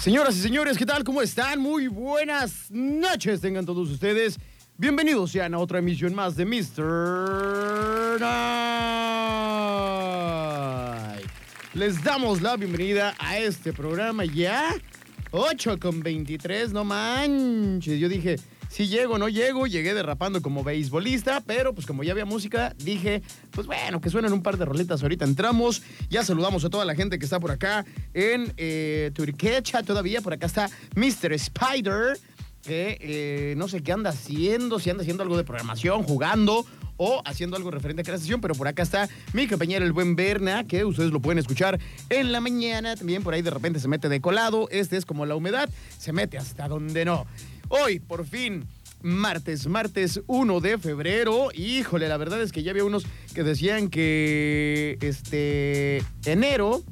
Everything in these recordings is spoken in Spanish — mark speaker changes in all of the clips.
Speaker 1: Señoras y señores, ¿qué tal? ¿Cómo están? Muy buenas noches tengan todos ustedes. Bienvenidos sean a otra emisión más de Mr. Night. Les damos la bienvenida a este programa ya. 8 con 23, no manches. Yo dije, si llego o no llego, llegué derrapando como beisbolista, pero pues como ya había música, dije, pues bueno, que suenen un par de roletas ahorita. Entramos, ya saludamos a toda la gente que está por acá en eh, Turquecha todavía. Por acá está Mr. Spider, que eh, no sé qué anda haciendo, si anda haciendo algo de programación, jugando o haciendo algo referente a la sesión, pero por acá está mi compañero el buen Berna, que ustedes lo pueden escuchar en la mañana, también por ahí de repente se mete de colado, este es como la humedad, se mete hasta donde no. Hoy, por fin, martes, martes 1 de febrero, híjole, la verdad es que ya había unos que decían que este enero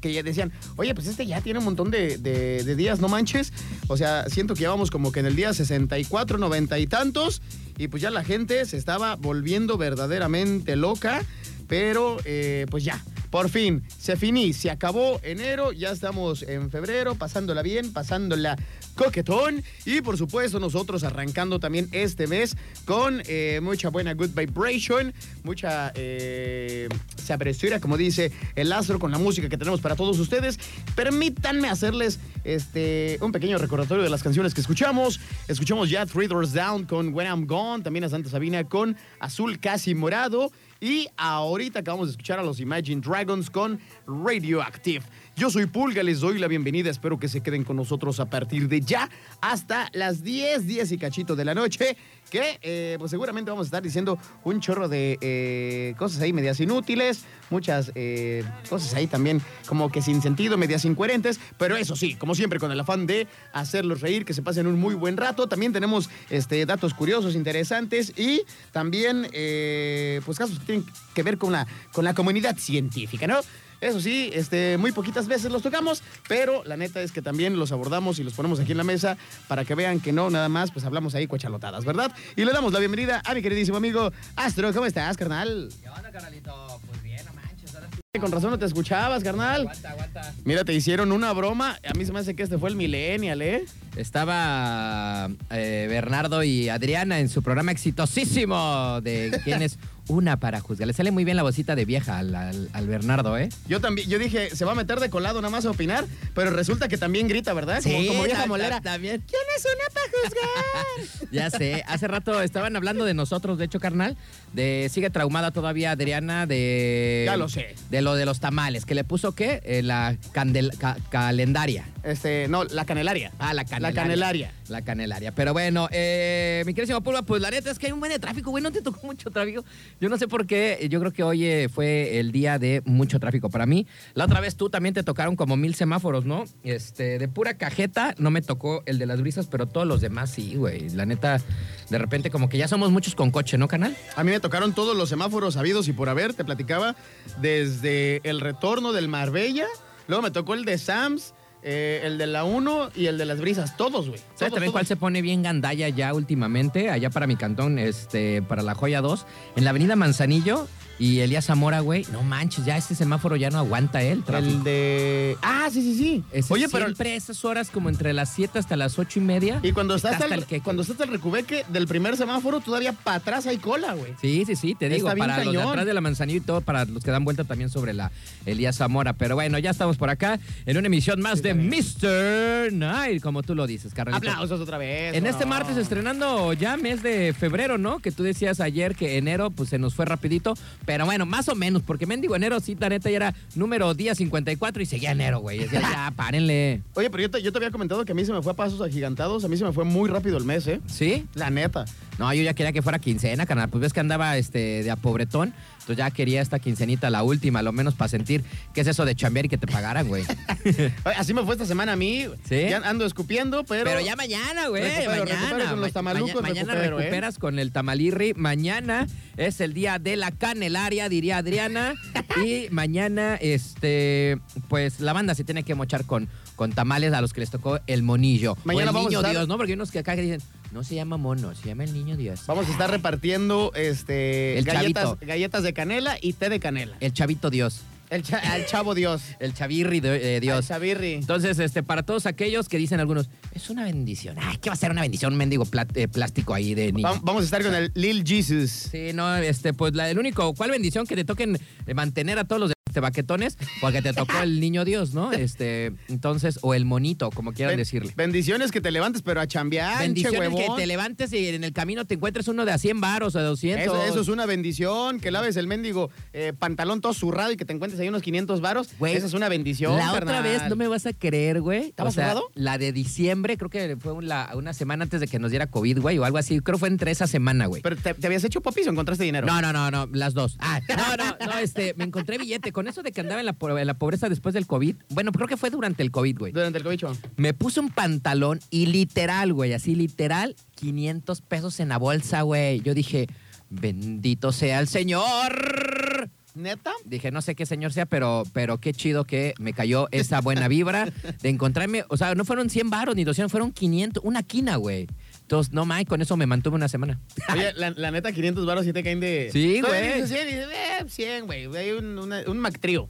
Speaker 1: que ya decían, oye, pues este ya tiene un montón de, de- de días, no manches. O sea, siento que ya vamos como que en el día 64, 90 y tantos, y pues ya la gente se estaba volviendo verdaderamente loca, pero eh, pues ya. Por fin, se finí, se acabó enero, ya estamos en febrero, pasándola bien, pasándola coquetón y por supuesto nosotros arrancando también este mes con eh, mucha buena good vibration, mucha eh, sabrosura, como dice el astro con la música que tenemos para todos ustedes. Permítanme hacerles este, un pequeño recordatorio de las canciones que escuchamos. Escuchamos ya Three Doors Down con When I'm Gone, también a Santa Sabina con Azul Casi Morado y ahorita acabamos de escuchar a los Imagine Dragons con Radioactive. Yo soy Pulga, les doy la bienvenida. Espero que se queden con nosotros a partir de ya hasta las 10, 10 y cachito de la noche. Que eh, pues seguramente vamos a estar diciendo un chorro de eh, cosas ahí medias inútiles, muchas eh, cosas ahí también como que sin sentido, medias incoherentes. Pero eso sí, como siempre, con el afán de hacerlos reír, que se pasen un muy buen rato. También tenemos este, datos curiosos, interesantes y también eh, pues casos que tienen que ver con la, con la comunidad científica, ¿no? Eso sí, este, muy poquitas veces los tocamos, pero la neta es que también los abordamos y los ponemos aquí en la mesa para que vean que no, nada más, pues hablamos ahí cochalotadas, ¿verdad? Y le damos la bienvenida a mi queridísimo amigo Astro. ¿Cómo estás, carnal? Eh,
Speaker 2: ¿Qué onda, carnalito? Pues bien, no manches, ahora sí.
Speaker 1: Con razón no te escuchabas, carnal.
Speaker 2: Aguanta, aguanta.
Speaker 1: Mira, te hicieron una broma. A mí se me hace que este fue el millennial, ¿eh?
Speaker 2: Estaba eh, Bernardo y Adriana en su programa exitosísimo de quién es una para juzgar. Le sale muy bien la vocita de vieja al, al- al Bernardo, ¿eh?
Speaker 1: Yo también, yo dije, se va a meter de colado nada más a opinar, pero resulta que también grita, ¿verdad? Ah, Como, como vieja
Speaker 2: ta-
Speaker 1: molera.
Speaker 2: ta- También.
Speaker 1: ¿Quién es una para juzgar?
Speaker 2: Ya sé, hace rato estaban hablando de nosotros, de hecho, carnal, de sigue traumada todavía Adriana de...
Speaker 1: Ya lo sé.
Speaker 2: De lo de los tamales, que le puso, ¿qué? Eh, la candel- ca- calendaria.
Speaker 1: Este, no, la canelaria.
Speaker 2: Ah, la canelaria.
Speaker 1: La canelaria.
Speaker 2: La canelaria. Pero bueno, eh, mi queridísimo Pulva, pues la neta es que hay un buen de tráfico, güey. No te tocó mucho tráfico. Yo no sé por qué. Yo creo que hoy eh, fue el día de mucho tráfico para mí. La otra vez tú también te tocaron como mil semáforos, ¿no? Este, de pura cajeta no me tocó el de las brisas, pero todos los demás sí, güey. La neta, de repente como que ya somos muchos con coche, ¿no, canal?
Speaker 1: A mí me tocaron todos los semáforos habidos y por haber, te platicaba, desde el retorno del Marbella, luego me tocó el de Sams, eh, el de la 1 y el de las brisas, todos, güey.
Speaker 2: ¿Sabes
Speaker 1: Todos,
Speaker 2: también
Speaker 1: todos.
Speaker 2: cuál se pone bien gandalla ya últimamente? Allá para mi cantón, este, para la Joya 2, en la avenida Manzanillo y Elías Zamora, güey. No manches, ya este semáforo ya no aguanta eh, él.
Speaker 1: El de... Ah, sí, sí, sí.
Speaker 2: Oye,
Speaker 1: Oye, pero...
Speaker 2: siempre esas horas como entre las 7 hasta las 8 y media.
Speaker 1: Y cuando
Speaker 2: está
Speaker 1: estás,
Speaker 2: hasta
Speaker 1: al-
Speaker 2: el queque.
Speaker 1: cuando estás al recubeque del primer semáforo, todavía para atrás hay cola, güey.
Speaker 2: Sí, sí, sí, te
Speaker 1: Está
Speaker 2: digo,
Speaker 1: bien
Speaker 2: para los de
Speaker 1: cañón.
Speaker 2: atrás de la manzanilla y todo, para los que dan vuelta también sobre la Elías Zamora. Pero bueno, ya estamos por acá en una emisión más de Mr. Night, como tú lo dices, Carolito.
Speaker 1: Aplausos otra vez.
Speaker 2: En
Speaker 1: ¿o
Speaker 2: este
Speaker 1: no?
Speaker 2: martes estrenando ya mes de febrero, ¿no? Que tú decías ayer que enero pues se nos fue rapidito, pero bueno, más o menos, porque mendigo enero sí, la neta ya era número día 54 y seguía enero, güey. Decía, ya, párenle.
Speaker 1: Oye, pero yo te, yo te había comentado que a mí se me fue a pasos agigantados, a mí se me fue muy rápido el mes, ¿eh?
Speaker 2: ¿Sí?
Speaker 1: La neta.
Speaker 2: No, yo ya quería que fuera quincena, carnal. Pues ves que andaba este de a pobretón, entonces ya quería esta quincenita, la última, lo menos para sentir qué es eso de chambear y que te pagaran, güey.
Speaker 1: Oye, Así me fue esta semana a mí.
Speaker 2: ¿Sí?
Speaker 1: Ya ando escupiendo, pero...
Speaker 2: Pero ya mañana, güey.
Speaker 1: Recupero, recupero
Speaker 2: Mañana.
Speaker 1: con los
Speaker 2: Ma-
Speaker 1: tamalucos,
Speaker 2: maña- mañana
Speaker 1: recupero, ¿eh?
Speaker 2: recuperas con el tamalirri. Mañana es el día de la canelaria, diría Adriana. y mañana, este, pues la banda se tiene que mochar con, con tamales a los que les tocó el monillo.
Speaker 1: Mañana
Speaker 2: o el
Speaker 1: vamos a
Speaker 2: niño
Speaker 1: estar-
Speaker 2: Dios, ¿no? Porque hay unos que acá que dicen, no se llama mono, se llama el niño Dios.
Speaker 1: Vamos a estar repartiendo este
Speaker 2: El
Speaker 1: galletas,
Speaker 2: chavito.
Speaker 1: galletas de canela y té de canela.
Speaker 2: El chavito Dios.
Speaker 1: El cha- al chavo Dios.
Speaker 2: El chavirri de eh, Dios.
Speaker 1: Al Chavirri.
Speaker 2: Entonces, este, para todos aquellos que dicen algunos, es una bendición. Ay, ¿qué va a ser una bendición? Un mendigo plat- eh, plástico ahí de niño.
Speaker 1: Va- Vamos a estar con el Lil Jesus.
Speaker 2: Sí, no, este, pues la, el único, ¿cuál bendición que te toquen eh, mantener a todos los este, baquetones? Porque te tocó el niño Dios, ¿no? Este, entonces, o el monito, como quieran
Speaker 1: Ben-
Speaker 2: decirle.
Speaker 1: Bendiciones que te levantes, pero a chambear,
Speaker 2: Bendiciones
Speaker 1: che
Speaker 2: que
Speaker 1: huevón.
Speaker 2: te levantes y en el camino te encuentres uno de a 100 varos o de 200.
Speaker 1: Eso, eso es una bendición, que laves el mendigo eh, pantalón todo zurrado y que te encuentres ahí unos 500 varos.
Speaker 2: Güey,
Speaker 1: Esa es una bendición,
Speaker 2: La otra
Speaker 1: carnal.
Speaker 2: vez, no me vas a creer, güey.
Speaker 1: ¿Estabas jugado?
Speaker 2: La de diciembre, creo que fue un- la- una semana antes de que nos diera COVID, güey, o algo así. Creo que fue entre esa semana, güey.
Speaker 1: ¿Pero te, te habías hecho popis o encontraste dinero?
Speaker 2: No, no, no, no, las dos. Ah, no, no, no, este, me encontré billete. Con eso de que andaba en la, po- en la pobreza después del COVID. Bueno, creo que fue durante el COVID, güey.
Speaker 1: Durante el cobicho.
Speaker 2: Me puse un pantalón y literal, güey, así literal, 500 pesos en la bolsa, güey. Yo dije, bendito sea el Señor.
Speaker 1: ¿Neta?
Speaker 2: Dije, no sé qué señor sea, pero, pero qué chido que me cayó esa buena vibra de encontrarme. O sea, no fueron 100 baros ni 200, fueron 500, una quina, güey. Entonces, no, Mike, con eso me mantuve una semana.
Speaker 1: Oye, la, la neta, 500 varos sí te caen de...
Speaker 2: Sí,
Speaker 1: Todavía
Speaker 2: güey.
Speaker 1: dices 100 y dices, eh, 100, güey. Hay un, una- un mactrío.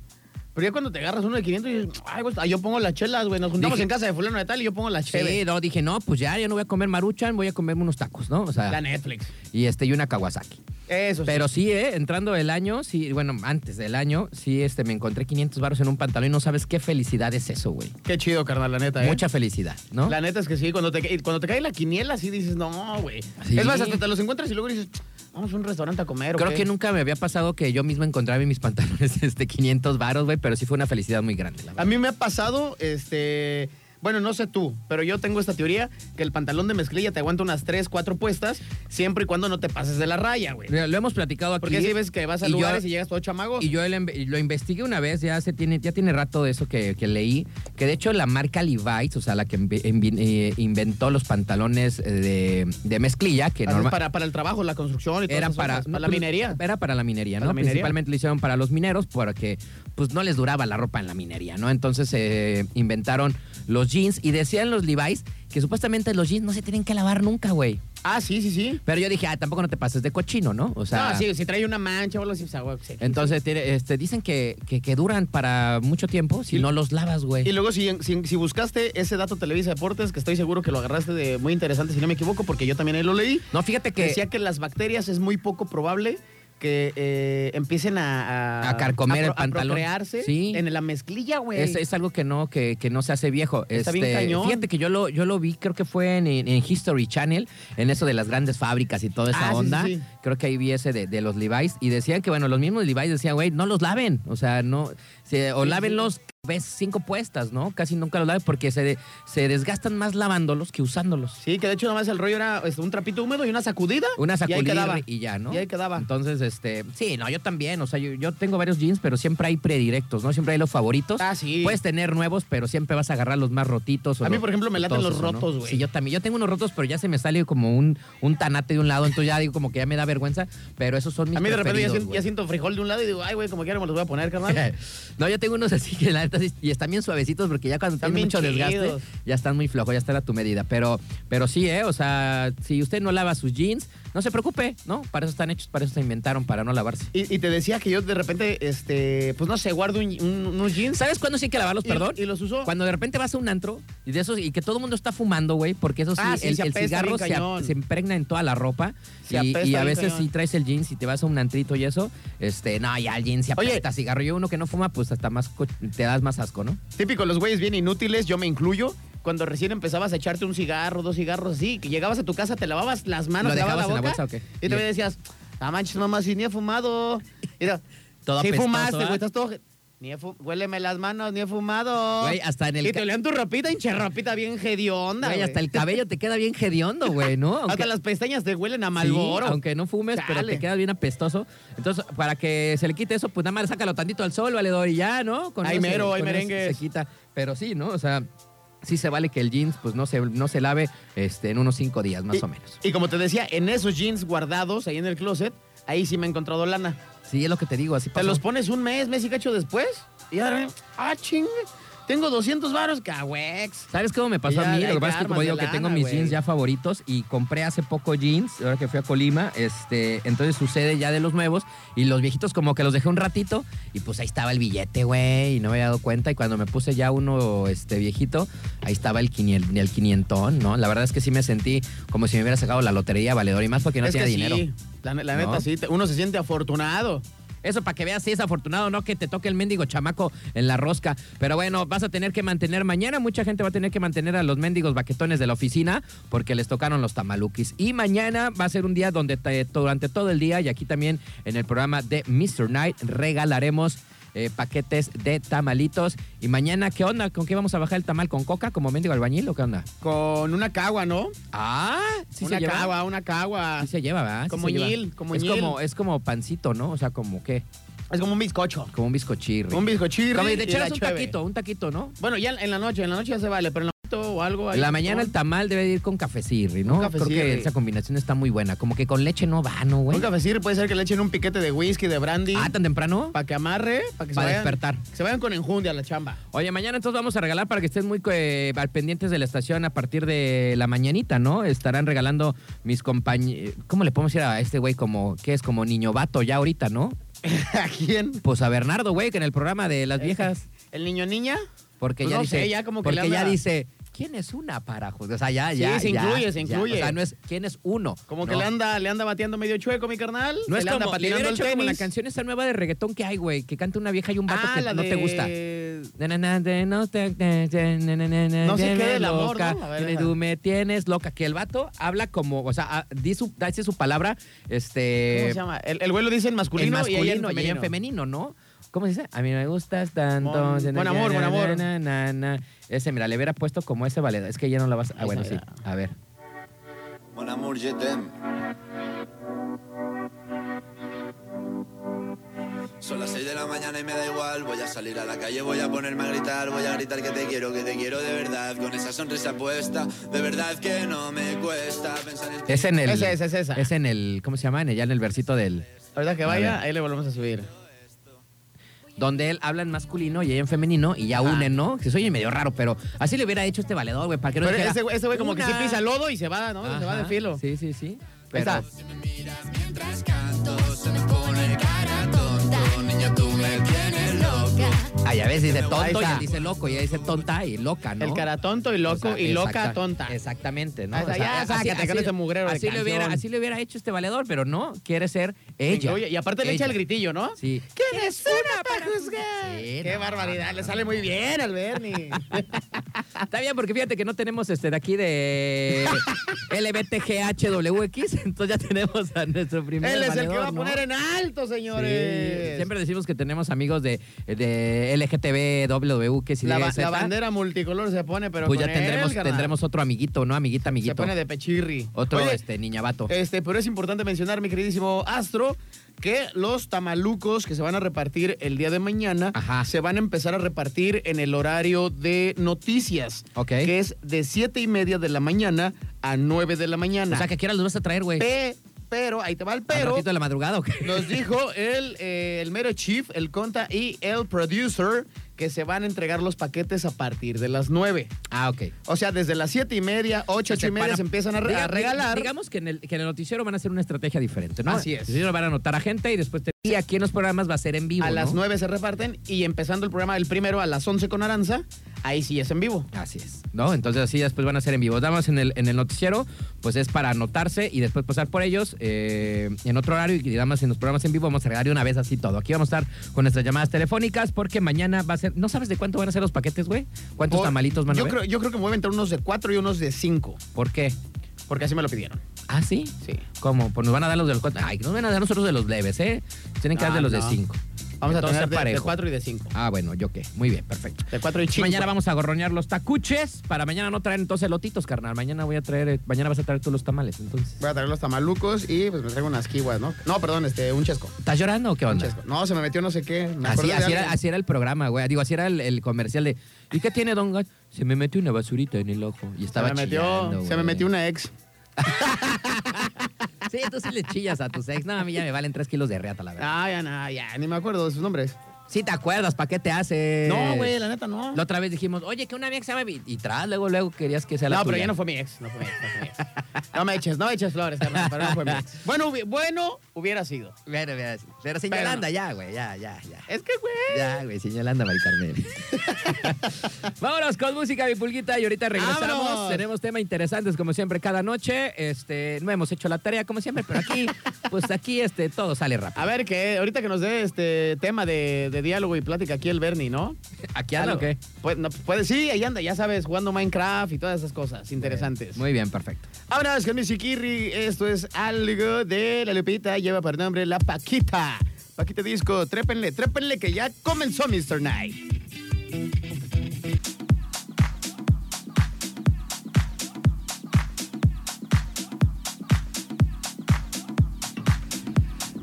Speaker 1: Pero ya cuando te agarras uno de 500 y dices, ay, güey, yo pongo las chelas, güey. Nos juntamos
Speaker 2: Dije-
Speaker 1: en casa de fulano de tal y yo pongo las chelas.
Speaker 2: Sí, no, dije, no, pues ya, yo no voy a comer maruchan, voy a comerme unos tacos, ¿no? O
Speaker 1: La
Speaker 2: sea,
Speaker 1: Netflix.
Speaker 2: y este, y una Kawasaki.
Speaker 1: Eso sí.
Speaker 2: Pero sí, eh, entrando el año, sí, bueno, antes del año, sí, este, me encontré 500 baros en un pantalón y no sabes qué felicidad es eso, güey.
Speaker 1: Qué chido, carnal, la neta, ¿eh?
Speaker 2: Mucha felicidad, ¿no?
Speaker 1: La neta es que sí, cuando te, ca- cuando te cae la quiniela, sí dices, no, güey.
Speaker 2: Sí.
Speaker 1: Es más, hasta te los encuentras y luego dices, vamos a un restaurante a comer. ¿o
Speaker 2: Creo
Speaker 1: qué?
Speaker 2: que nunca me había pasado que yo mismo encontraba en mis pantalones este 500 varos, güey, pero sí fue una felicidad muy grande, la
Speaker 1: A
Speaker 2: verdad.
Speaker 1: mí me ha pasado, este. Bueno, no sé tú, pero yo tengo esta teoría que el pantalón de mezclilla te aguanta unas 3, 4 puestas, siempre y cuando no te pases de la raya, güey.
Speaker 2: Ah, Mira, Lo hemos platicado aquí.
Speaker 1: Porque si ves que vas a
Speaker 2: y yo-
Speaker 1: lugares y llegas todo chamago.
Speaker 2: Y yo lo, inve- lo investigué una vez, ya se tiene, ya tiene rato de eso que, que leí, que de hecho la marca Levi's, o sea, la que inve- invi- eh, inventó los pantalones eh, de, de mezclilla, que
Speaker 1: Haces
Speaker 2: normal,
Speaker 1: para, para el trabajo, la construcción y todo
Speaker 2: era para, no,
Speaker 1: para la
Speaker 2: pues,
Speaker 1: minería.
Speaker 2: Era para la minería,
Speaker 1: Para
Speaker 2: ¿no?
Speaker 1: la minería.
Speaker 2: Principalmente lo hicieron para los mineros porque pues no les duraba la ropa en la minería, ¿no? Entonces eh, inventaron los jeans y decían los Levi's que supuestamente los jeans no se tienen que lavar nunca, güey.
Speaker 1: Ah, sí, sí, sí.
Speaker 2: Pero yo dije, ah, tampoco no te pases de cochino, ¿no? O sea,
Speaker 1: no, sí, si trae una mancha o algo así, pues, ah, güey, pues,
Speaker 2: entonces tiene- este, dicen que, que, que duran para mucho tiempo si
Speaker 1: Y-
Speaker 2: no los lavas,
Speaker 1: Y
Speaker 2: güey.
Speaker 1: luego, si, si- si buscaste ese dato Televisa Deportes, que estoy seguro que lo agarraste de muy interesante, si no me equivoco, porque yo también ahí lo leí,
Speaker 2: No, fíjate
Speaker 1: que
Speaker 2: que
Speaker 1: decía que las bacterias es muy poco probable que eh, empiecen a,
Speaker 2: A carcomer el
Speaker 1: pro-
Speaker 2: pantalón.
Speaker 1: A procrearse
Speaker 2: Sí.
Speaker 1: en la mezclilla, güey.
Speaker 2: es, es algo que no, que, que no se hace viejo.
Speaker 1: Está bien
Speaker 2: Este,
Speaker 1: cañón.
Speaker 2: Fíjate que yo lo, yo lo vi, creo que fue en, en History Channel, en eso de las grandes fábricas y toda esa
Speaker 1: Ah, sí, sí,
Speaker 2: onda.
Speaker 1: sí.
Speaker 2: Creo que ahí vi ese de, de los Levi's. Y decían que, bueno, los mismos Levi's decían, güey, no los laven. O sea, no. se- o
Speaker 1: Sí, sí.
Speaker 2: lávenlos, ves, cinco puestas, ¿no? Casi nunca los laven porque se, de- se desgastan más lavándolos que usándolos.
Speaker 1: Sí, que de hecho nada más el rollo era este, un trapito húmedo y una sacudida.
Speaker 2: Una
Speaker 1: y ahí quedaba.
Speaker 2: sacudida y, ya, ¿no?
Speaker 1: Y ahí quedaba.
Speaker 2: Entonces, este, sí, no, yo también, o sea, yo, yo tengo varios jeans, pero siempre hay predirectos, ¿no? Siempre hay los favoritos.
Speaker 1: Ah, sí.
Speaker 2: Puedes tener nuevos, pero siempre vas a agarrar los más rotitos. o
Speaker 1: A mí,
Speaker 2: los-
Speaker 1: por ejemplo, me laten
Speaker 2: todos
Speaker 1: los
Speaker 2: esos, ¿no?
Speaker 1: rotos, güey.
Speaker 2: Sí, yo también. Yo tengo unos rotos, pero ya se me sale como un, un tanate de un lado, entonces ya digo como que ya me da vergüenza, pero esos son mis
Speaker 1: a mí de repente ya,
Speaker 2: preferidos,
Speaker 1: siento,
Speaker 2: güey.
Speaker 1: ya siento frijol de un lado y digo, ay, güey, como quiera me los voy a poner, carnal.
Speaker 2: No, yo tengo unos así que la neta sí- y están bien suavecitos porque ya cuando
Speaker 1: Están
Speaker 2: tienen mucho
Speaker 1: bien
Speaker 2: desgaste
Speaker 1: chidos.
Speaker 2: ya están muy flojos, ya están a tu medida. Pero, pero sí, ¿eh? O sea, si usted no lava sus jeans, no se preocupe, ¿no? Para eso están hechos, para eso se inventaron, para no lavarse.
Speaker 1: Y, y te decía que yo de repente, este, pues no sé, guardo un- un- unos jeans.
Speaker 2: ¿Sabes cuándo sí hay que lavarlos,
Speaker 1: y-
Speaker 2: perdón?
Speaker 1: Y, los uso.
Speaker 2: Cuando de repente vas a un antro y de esos y que todo el mundo está fumando, güey, porque eso sí,
Speaker 1: Ah, sí,
Speaker 2: el,
Speaker 1: se
Speaker 2: el
Speaker 1: apesta
Speaker 2: cigarro
Speaker 1: bien
Speaker 2: se,
Speaker 1: cañón.
Speaker 2: ap- se impregna en toda la ropa
Speaker 1: Se
Speaker 2: y,
Speaker 1: apesta
Speaker 2: y
Speaker 1: bien
Speaker 2: a veces
Speaker 1: cañón.
Speaker 2: si traes el jeans y te vas a un antrito y eso, este, no, ya el jeans se
Speaker 1: Oye.
Speaker 2: apesta a cigarro. Y uno que no fuma, pues hasta más co- te das más asco, ¿no?
Speaker 1: Típico, los güeyes bien inútiles, yo me incluyo. Cuando recién empezabas a echarte un cigarro, dos cigarros así, que llegabas a tu casa, te lavabas las manos,
Speaker 2: ¿Lo
Speaker 1: te lavabas la
Speaker 2: dejabas
Speaker 1: boca.
Speaker 2: en la bolsa o qué?
Speaker 1: Y todavía decías, ah, manches, mamá, si ni he fumado. Y era,
Speaker 2: Todo
Speaker 1: sí
Speaker 2: apestoso,
Speaker 1: fumaste,
Speaker 2: ¿ah?
Speaker 1: güey, estás todo... Ni he fu- Huéleme las manos, ni he fumado.
Speaker 2: Güey, hasta en el
Speaker 1: Y te
Speaker 2: ca-
Speaker 1: olían tu ropita, hinche ropita bien hedionda,
Speaker 2: Güey,
Speaker 1: güey.
Speaker 2: hasta el cabello te queda bien hediondo, güey, ¿no?
Speaker 1: Hasta las pestañas te huelen a Malboro.
Speaker 2: Sí, aunque no fumes, pero
Speaker 1: Chale.
Speaker 2: te queda bien apestoso. Entonces, para que se le quite eso, pues nada más sácalo tantito al sol, valedor, y ya, ¿no? Con
Speaker 1: Ay,
Speaker 2: eso se-
Speaker 1: mero, ay,
Speaker 2: con eso
Speaker 1: merengues.
Speaker 2: Se quita. Pero sí, ¿no? O sea, sí se vale que el jeans, pues no se, no se lave este, en unos cinco días, más
Speaker 1: Y-
Speaker 2: o menos.
Speaker 1: Y como te decía, en esos jeans guardados ahí en el closet, ahí sí me he encontrado lana.
Speaker 2: Sí, es lo que te digo, así
Speaker 1: Te
Speaker 2: pasó.
Speaker 1: los pones un mes, mes y cacho después, y ahora, ah, ching, Tengo 200 varos, cahuex.
Speaker 2: ¿Sabes cómo me
Speaker 1: Ya,
Speaker 2: pasó a mí?
Speaker 1: hay
Speaker 2: Lo que pasa es que, como
Speaker 1: armas de
Speaker 2: digo, que tengo
Speaker 1: lana,
Speaker 2: mis
Speaker 1: güey.
Speaker 2: jeans ya favoritos y compré hace poco jeans, ahora que fui a Colima, este, entonces sucede ya de los nuevos y los viejitos como que los dejé un ratito y pues ahí estaba el billete, güey, y no me había dado cuenta y cuando me puse ya uno este, viejito, ahí estaba el, quinien- el quinientón, ¿no? La verdad es que sí me sentí como si me hubiera sacado la lotería valedor y más porque no
Speaker 1: es
Speaker 2: tenía
Speaker 1: que
Speaker 2: dinero.
Speaker 1: sí. La, ne- la
Speaker 2: No.
Speaker 1: neta, sí. te- Uno se siente afortunado.
Speaker 2: Eso para que veas si es afortunado o no que te toque el mendigo chamaco en la rosca. Pero bueno, vas a tener que mantener mañana. Mucha gente va a tener que mantener a los mendigos baquetones de la oficina porque les tocaron los tamaluquis. Y mañana va a ser un día donde te- durante todo el día y aquí también en el programa de Mr. Night regalaremos eh, paquetes de tamalitos. Y mañana, ¿qué onda? ¿Con qué vamos a bajar el tamal? ¿Con coca como mendigo albañil o qué onda?
Speaker 1: Con una cagua, ¿no?
Speaker 2: Ah, sí
Speaker 1: una
Speaker 2: se lleva.
Speaker 1: cagua, una cagua.
Speaker 2: Sí se lleva, ¿verdad? Sí
Speaker 1: Como
Speaker 2: se lleva.
Speaker 1: ñil, como
Speaker 2: es
Speaker 1: ñil.
Speaker 2: como Es como pancito, ¿no? O sea, como qué?
Speaker 1: Es como un bizcocho.
Speaker 2: Como un bizcochirri.
Speaker 1: Un bizcochirri.
Speaker 2: Como de
Speaker 1: y
Speaker 2: echarles
Speaker 1: la
Speaker 2: un
Speaker 1: cheve.
Speaker 2: taquito, un taquito, ¿no?
Speaker 1: Bueno, ya en la noche, en la noche ya se vale, pero en la noche o algo. ahí,
Speaker 2: la mañana
Speaker 1: ¿no?
Speaker 2: el tamal debe ir con cafecirri, ¿no?
Speaker 1: Con cafecirri.
Speaker 2: Creo que esa combinación está muy buena. Como que con leche no va, ¿no, güey?
Speaker 1: Un cafecito puede ser que le echen un piquete de whisky, de brandy.
Speaker 2: Ah, tan temprano.
Speaker 1: para que amarre, para que
Speaker 2: Pa'
Speaker 1: se vayan,
Speaker 2: despertar.
Speaker 1: que se vayan con enjundia a la chamba.
Speaker 2: Oye, mañana entonces vamos a regalar para que estén muy eh, al pendientes de la estación a partir de la mañanita, ¿no? Estarán regalando mis compañeros. ¿Cómo le podemos decir a este güey como que es como niño vato ya ahorita, ¿no?
Speaker 1: ¿A quién?
Speaker 2: Pues a Bernardo, güey, que en el programa de las viejas.
Speaker 1: ¿El niño niña?
Speaker 2: Porque
Speaker 1: Este, Pues
Speaker 2: ya
Speaker 1: no
Speaker 2: dice.
Speaker 1: sé, ya como que
Speaker 2: porque
Speaker 1: le
Speaker 2: ya
Speaker 1: habla-
Speaker 2: dice. ¿Quién es una para juzgar? O sea, ya,
Speaker 1: Sí,
Speaker 2: ya.
Speaker 1: se
Speaker 2: ya,
Speaker 1: incluye, se
Speaker 2: ya.
Speaker 1: incluye.
Speaker 2: O sea, no es quién es uno.
Speaker 1: Como que
Speaker 2: No.
Speaker 1: le anda, le anda bateando medio chueco, mi carnal.
Speaker 2: No
Speaker 1: se
Speaker 2: es
Speaker 1: le anda
Speaker 2: como, le hubiera
Speaker 1: patinando el
Speaker 2: hecho como la
Speaker 1: tenis.
Speaker 2: canción esa nueva de reggaetón que hay, güey, que canta una vieja y un vato
Speaker 1: ah,
Speaker 2: que
Speaker 1: la
Speaker 2: no
Speaker 1: de...
Speaker 2: te gusta. Na, na, na, de No te- de- de- na, na, na, na,
Speaker 1: No sé
Speaker 2: de
Speaker 1: qué
Speaker 2: me
Speaker 1: del amor,
Speaker 2: loca,
Speaker 1: ¿no? A ver,
Speaker 2: de
Speaker 1: esa.
Speaker 2: Tú me tienes loca. Que el vato habla como, o sea, ah, di su- dice su palabra, este...
Speaker 1: ¿Cómo se llama? El, el güey lo dice en
Speaker 2: en
Speaker 1: masculino,
Speaker 2: masculino
Speaker 1: y ella en
Speaker 2: y ella en femenino, ¿no? ¿Cómo se dice? A mí me gustas tanto.
Speaker 1: Con-
Speaker 2: na, na,
Speaker 1: con amor,
Speaker 2: na,
Speaker 1: con amor.
Speaker 2: na, na, na. Ese, mira, le hubiera puesto como ese valedor. Es que ya no la vas... Ah,
Speaker 1: Ahí
Speaker 2: bueno,
Speaker 1: está,
Speaker 2: sí. A ver.
Speaker 3: Mon amour, je t'aime. Son las 6 de la mañana y me da igual. Voy a salir a la calle, voy a ponerme a gritar. Voy a gritar que te quiero, que te quiero de verdad. Con esa sonrisa puesta, de verdad que no me cuesta pensar en ti.
Speaker 2: Es en el...
Speaker 1: Esa es, es esa.
Speaker 2: Es en el... ¿Cómo se llama? En el, ya en el versito del...
Speaker 1: Ahorita que
Speaker 2: A
Speaker 1: vaya,
Speaker 2: ver.
Speaker 1: ahí le volvemos a subir.
Speaker 2: donde él habla en masculino y ella en femenino y ya
Speaker 1: Ajá.
Speaker 2: unen, ¿no? Que se oye medio raro, pero así le hubiera hecho este valedor, güey, para que no
Speaker 1: Pero
Speaker 2: dijera,
Speaker 1: ese, güey- ese güey como que sí
Speaker 2: "Una".
Speaker 1: pisa lodo y se va, ¿no? Se va de
Speaker 2: Ajá.
Speaker 1: filo.
Speaker 2: Sí, sí, sí.
Speaker 1: Ahí
Speaker 2: Pero,
Speaker 1: está.
Speaker 3: Mientras canto, se me pone cara tonta. Niña, tú me tienes loco.
Speaker 2: ay, a veces dice
Speaker 1: Ahí
Speaker 2: tonto y
Speaker 1: está.
Speaker 2: él dice loco y ella dice tonta y loca, ¿no?
Speaker 1: El cara tonto y
Speaker 2: O
Speaker 1: loco
Speaker 2: sea,
Speaker 1: y loca
Speaker 2: exacta-
Speaker 1: tonta.
Speaker 2: Exactamente, ¿no?
Speaker 1: Ahí está, ya, sácate con ese mugrero de
Speaker 2: así le hubiera,
Speaker 1: canción.
Speaker 2: así le hubiera hecho este valedor, pero no, quiere ser
Speaker 1: Se
Speaker 2: ella.
Speaker 1: incluye. Y aparte le echa
Speaker 2: Ella.
Speaker 1: el gritillo, ¿no?
Speaker 2: Sí.
Speaker 1: ¿Quién es una para juzgar?
Speaker 2: Sí,
Speaker 1: Qué
Speaker 2: no,
Speaker 1: barbaridad,
Speaker 2: no,
Speaker 1: le
Speaker 2: no.
Speaker 1: sale muy bien al Bernie.
Speaker 2: Está bien, porque fíjate que no tenemos este de aquí de LBTGHWX, entonces ya tenemos a nuestro primer
Speaker 1: Él es el que
Speaker 2: valedor,
Speaker 1: va a
Speaker 2: ¿no?
Speaker 1: poner en alto, señores.
Speaker 2: Sí, Siempre decimos que tenemos amigos de, de LGTBW, que si
Speaker 1: la, ba-
Speaker 2: de
Speaker 1: la
Speaker 2: Z,
Speaker 1: bandera multicolor se pone, pero
Speaker 2: pues ya
Speaker 1: con él,
Speaker 2: tendremos,
Speaker 1: carnal.
Speaker 2: tendremos otro amiguito, ¿no? Amiguita,
Speaker 1: Se
Speaker 2: amiguito.
Speaker 1: pone de pechirri.
Speaker 2: Otro
Speaker 1: Oye,
Speaker 2: este niñabato.
Speaker 1: Este, pero es importante mencionar, mi queridísimo Astro, que los tamalucos que se van a repartir el día de mañana
Speaker 2: Ajá.
Speaker 1: se van a empezar a repartir en el horario de noticias,
Speaker 2: Ok.
Speaker 1: que es de siete y media de la mañana a 9 de la mañana.
Speaker 2: o sea, que quieras los vas a traer, güey.
Speaker 1: Pe- pero, ahí te va el
Speaker 2: ¿Al
Speaker 1: pero,
Speaker 2: ratito de la madrugada o qué?
Speaker 1: nos dijo el, eh, el mero chief, el conta y el producer que se van a entregar los paquetes a partir de las 9.
Speaker 2: Ah, ok.
Speaker 1: O sea, desde las siete y media, ocho, ocho y media
Speaker 2: para-
Speaker 1: se empiezan a, re-
Speaker 2: Diga-
Speaker 1: a regalar.
Speaker 2: Digamos que en, el, que en el noticiero van a hacer una estrategia diferente, ¿no?
Speaker 1: Así es.
Speaker 2: El noticiero van a anotar a gente y después te- y aquí en los programas va a ser en vivo.
Speaker 1: a las
Speaker 2: ¿no?
Speaker 1: 9 se reparten y empezando el programa el primero a las 11 con Aranza, ahí sí es en vivo.
Speaker 2: Así es, ¿no? Entonces así después van a ser en vivo. Nada más en el, en el noticiero, pues es para anotarse y después pasar por ellos eh, en otro horario y nada más en los programas en vivo vamos a regalar de una vez así todo. Aquí vamos a estar con nuestras llamadas telefónicas porque mañana va a ser... ¿No sabes de cuánto van a ser los paquetes, güey? ¿Cuántos
Speaker 1: Por-
Speaker 2: tamalitos van a
Speaker 1: yo
Speaker 2: haber?
Speaker 1: creo, yo creo que me voy a aventar unos de 4 y unos de 5,
Speaker 2: ¿Por qué?
Speaker 1: porque así me lo pidieron.
Speaker 2: ¿Ah, sí?
Speaker 1: Sí.
Speaker 2: ¿Cómo? Pues nos van a dar los de los cuatro. Ay, nos van a dar nosotros de los leves, ¿eh? Tienen que
Speaker 1: Ah,
Speaker 2: dar de los
Speaker 1: no.
Speaker 2: de cinco.
Speaker 1: Vamos
Speaker 2: Entonces,
Speaker 1: a tener de- de
Speaker 2: parejo.
Speaker 1: 4 y de 5.
Speaker 2: Ah, bueno, yo qué. Muy bien, perfecto.
Speaker 1: De 4 y 5.
Speaker 2: Mañana vamos a gorroñar los tacuches. Para mañana no traer entonces lotitos, carnal. Mañana voy a traer, eh, mañana vas a traer tú los tamales, entonces.
Speaker 1: Voy a traer los tamalucos y pues me traigo unas kiwas, ¿no? No, perdón, este, un chesco.
Speaker 2: ¿Estás llorando o qué
Speaker 1: Un
Speaker 2: onda?
Speaker 1: chesco. No, se me metió no sé qué. me
Speaker 2: Así,
Speaker 1: acordé de
Speaker 2: así
Speaker 1: alguien.
Speaker 2: era, así era el programa, güey. Digo, así era el, el comercial de. ¿Y qué tiene Don Gas? Se me metió una basurita en el ojo. Y
Speaker 1: se
Speaker 2: estaba
Speaker 1: me, metió,
Speaker 2: chillando,
Speaker 1: se me
Speaker 2: güey.
Speaker 1: metió una ex.
Speaker 2: Sí, tú sí le chillas a tus ex. No, a mí ya me valen tres kilos de reata, la verdad.
Speaker 1: Ah, ya, no, ya, ni me acuerdo de sus nombres.
Speaker 2: Sí te acuerdas, ¿para qué te hace?
Speaker 1: No, güey, la neta no.
Speaker 2: La otra vez dijimos, oye, que una vieja se llama... Y, y tras, luego, luego querías que sea la
Speaker 1: No, pero
Speaker 2: tuya.
Speaker 1: ya no fue mi ex. No fue mi ex. No, fue mi ex. No me eches, no eches flores, carnal, pero no fue mi ex. Bueno, hubi- bueno hubiera sido.
Speaker 2: Bueno, mira, sí. pero
Speaker 1: Pero no.
Speaker 2: señalanda ya, güey, ya, ya, ya.
Speaker 1: Es que, güey.
Speaker 2: Ya, güey, señalando a Maricarmen. Vámonos con música, mi pulguita, y ahorita regresamos.
Speaker 1: ¡Vámonos!
Speaker 2: Tenemos temas interesantes, como siempre, cada noche. Este, no hemos hecho la tarea, como siempre, pero aquí, pues aquí, este, todo sale rápido.
Speaker 1: A ver, que ahorita que nos dé este tema de, de diálogo y plática aquí el Bernie, ¿no?
Speaker 2: ¿Aquí anda o
Speaker 1: Algo.
Speaker 2: qué?
Speaker 1: Pues, no, pues sí, ahí anda, ya sabes, jugando Minecraft y todas esas cosas interesantes.
Speaker 2: Muy bien, perfecto.
Speaker 1: Vámonos con Missy Kirri. Esto es algo de la Lupita. Lleva por nombre La Paquita. Paquita Disco. Trépenle, trépenle que ya comenzó Mr. Night.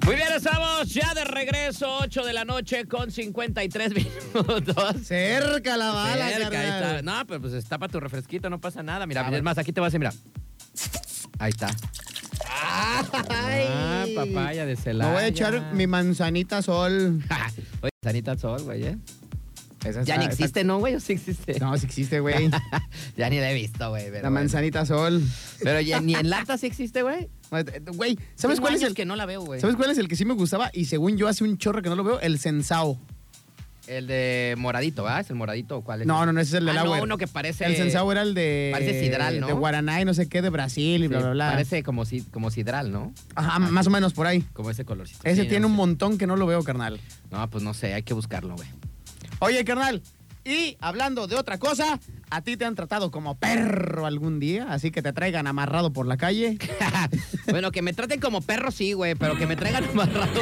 Speaker 2: Muy bien, estamos ya de regreso, 8 de la noche con 53 minutos.
Speaker 1: Cerca la
Speaker 2: Cerca, ahí está. No, pero pues tapa tu refresquito, no pasa nada. Mira,
Speaker 1: A
Speaker 2: es
Speaker 1: ver.
Speaker 2: más, aquí te vas a hacer, mira. Ahí está. Ah, papaya de
Speaker 1: Me
Speaker 2: Celaya.
Speaker 1: voy a echar mi manzanita sol.
Speaker 2: Oye, Sanita Sol, güey, ¿eh?
Speaker 1: Esa
Speaker 2: Ya
Speaker 1: está-
Speaker 2: ni
Speaker 1: está-
Speaker 2: existe, ¿no, güey? ¿O sí existe?
Speaker 1: No, sí existe, güey.
Speaker 2: ya ni la he visto, güey. pero
Speaker 1: La
Speaker 2: bueno.
Speaker 1: manzanita sol. eh,
Speaker 2: Pero ya ni en lata sí existe, güey.
Speaker 1: Güey, ¿sabes
Speaker 2: Tengo
Speaker 1: cuál es
Speaker 2: años
Speaker 1: el
Speaker 2: que no la veo, güey?
Speaker 1: ¿Sabes cuál es el que sí me gustaba? Y según yo, hace un chorro que no lo veo, el sensao.
Speaker 2: El de moradito, ¿verdad? ¿Es el moradito o cuál es?
Speaker 1: No, no, no, ese es el de
Speaker 2: Ah,
Speaker 1: la
Speaker 2: no,
Speaker 1: web.
Speaker 2: uno que parece...
Speaker 1: El sensao era el de.
Speaker 2: parece sidral, ¿no?
Speaker 1: De Guaraná y no sé qué, de Brasil y
Speaker 2: Sí,
Speaker 1: bla, bla, bla.
Speaker 2: Parece como, si, como sidral, ¿no?
Speaker 1: Ajá, más o menos por ahí.
Speaker 2: Como ese colorcito.
Speaker 1: Ese
Speaker 2: Sí,
Speaker 1: tiene
Speaker 2: no
Speaker 1: un
Speaker 2: sé.
Speaker 1: montón que no lo veo, carnal.
Speaker 2: No, pues no sé, hay que buscarlo, güey.
Speaker 1: Oye, carnal, y hablando de otra cosa, ¿a ti te han tratado como perro algún día? Así que te traigan amarrado por la calle.
Speaker 2: bueno, que me traten como perro, sí, güey, pero que me traigan amarrado,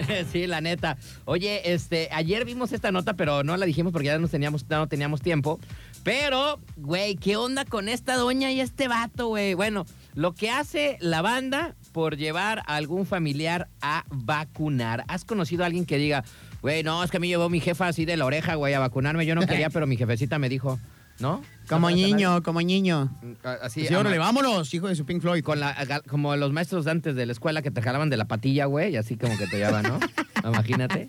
Speaker 2: no. sí, la neta. Oye, este, ayer vimos esta nota, pero no la dijimos porque ya no teníamos, ya no teníamos tiempo. Pero, güey, ¿qué onda con esta doña y este vato, güey? Bueno, lo que hace la banda por llevar a algún familiar a vacunar. ¿Has conocido a alguien que diga, güey, no, es que a mí llevó mi jefa así de la oreja, güey, a vacunarme? Yo no quería, pero mi jefecita me dijo, ¿no?
Speaker 1: Como
Speaker 2: ¿No? Mm,
Speaker 1: niño, como niño.
Speaker 2: Así,
Speaker 1: Pues Sí, órale,
Speaker 2: ama-
Speaker 1: vámonos, hijo de su Pink Floyd.
Speaker 2: con la, aga- como los maestros de antes de la escuela que te jalaban de la patilla, güey, y así como que te llevaban, ¿no? Imagínate.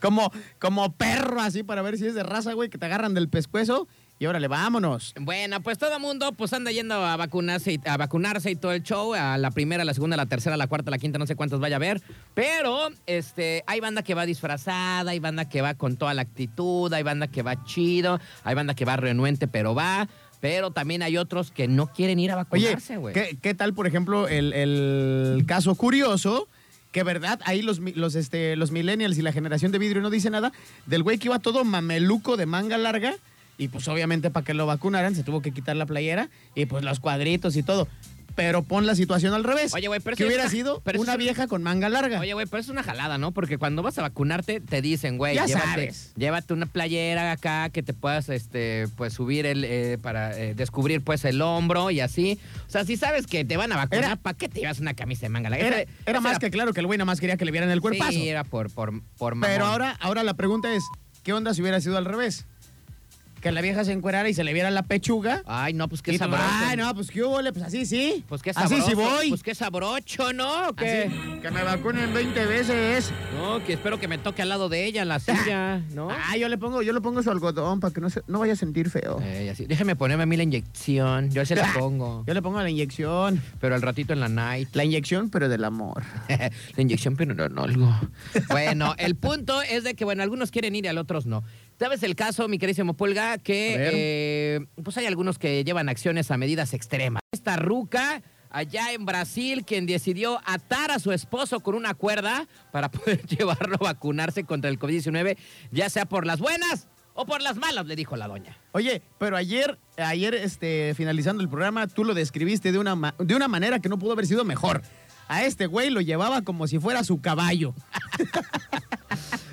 Speaker 1: Como, como perro así para ver si es de raza, güey, que te agarran del pescuezo. Y órale, vámonos.
Speaker 2: Bueno, pues todo mundo pues anda yendo a vacunarse, y, a vacunarse y todo el show, a la primera, a la segunda, a la tercera, a la cuarta, a la quinta, no sé cuántas vaya a haber, pero este, hay banda que va disfrazada, hay banda que va con toda la actitud, hay banda que va chido, hay banda que va renuente, pero va, pero también hay otros que no quieren ir a
Speaker 1: Oye,
Speaker 2: vacunarse, güey.
Speaker 1: ¿qué, qué tal, por ejemplo, el, el caso curioso? Que verdad, ahí los, mi- los, este, los millennials y la generación de vidrio no dice nada del güey que iba todo mameluco de manga larga y pues obviamente para que lo vacunaran se tuvo que quitar la playera y pues los cuadritos y todo. Pero pon la situación al revés.
Speaker 2: Oye, güey, pero
Speaker 1: que
Speaker 2: eso es
Speaker 1: hubiera
Speaker 2: una-
Speaker 1: sido
Speaker 2: pero eso
Speaker 1: una
Speaker 2: es-
Speaker 1: vieja con manga larga.
Speaker 2: Oye, güey, pero es una jalada, ¿no? Porque cuando vas a vacunarte, te dicen, güey,
Speaker 1: Ya
Speaker 2: llévate,
Speaker 1: sabes.
Speaker 2: llévate una playera acá que te puedas, este, pues, subir el, eh, para eh, descubrir, pues, el hombro y así. O sea, si sabes que te van a
Speaker 1: Era-
Speaker 2: vacunar, ¿para qué te llevas una camisa de manga? larga?
Speaker 1: era
Speaker 2: Esa-
Speaker 1: era
Speaker 2: esa
Speaker 1: más que claro que el güey nada más quería que le vieran el cuerpazo.
Speaker 2: Sí, era por, por, por mamón.
Speaker 1: Pero ahora, ahora la pregunta es, ¿qué onda si hubiera sido al revés? Que la vieja se encuerara y se le viera la pechuga.
Speaker 2: Ay, no, pues,
Speaker 1: Y
Speaker 2: qué
Speaker 1: tú,
Speaker 2: sabroso.
Speaker 1: Ay, no, pues qué hubo, pues así sí.
Speaker 2: Pues, qué
Speaker 1: Así
Speaker 2: sabroso.
Speaker 1: sí voy.
Speaker 2: Pues, qué sabrocho, ¿no? ¿O qué?
Speaker 1: Así, que me vacunen 20 veces.
Speaker 2: No, que espero que me toque al lado de ella en la silla, ¿no?
Speaker 1: Ah, yo le pongo, yo le pongo su algodón para que no se, no vaya a sentir feo.
Speaker 2: Eh, y así. Déjeme ponerme a mí la inyección. Yo se la pongo.
Speaker 1: Yo le pongo la inyección.
Speaker 2: Pero al ratito en la night.
Speaker 1: La inyección, pero del amor.
Speaker 2: La inyección pero no algo. Bueno, el punto es de que, bueno, algunos quieren ir y al otros no. ¿Sabes el caso, mi querísimo Pulga? Que
Speaker 1: A ver.
Speaker 2: eh, pues hay algunos que llevan acciones a medidas extremas. Esta ruca allá en Brasil, quien decidió atar a su esposo con una cuerda para poder llevarlo a vacunarse contra el COVID-19, ya sea por las buenas o por las malas, le dijo la doña.
Speaker 1: Oye, pero ayer, ayer, este, finalizando el programa, tú lo describiste de una, ma- de una manera que no pudo haber sido mejor. A este güey lo llevaba como si fuera su caballo.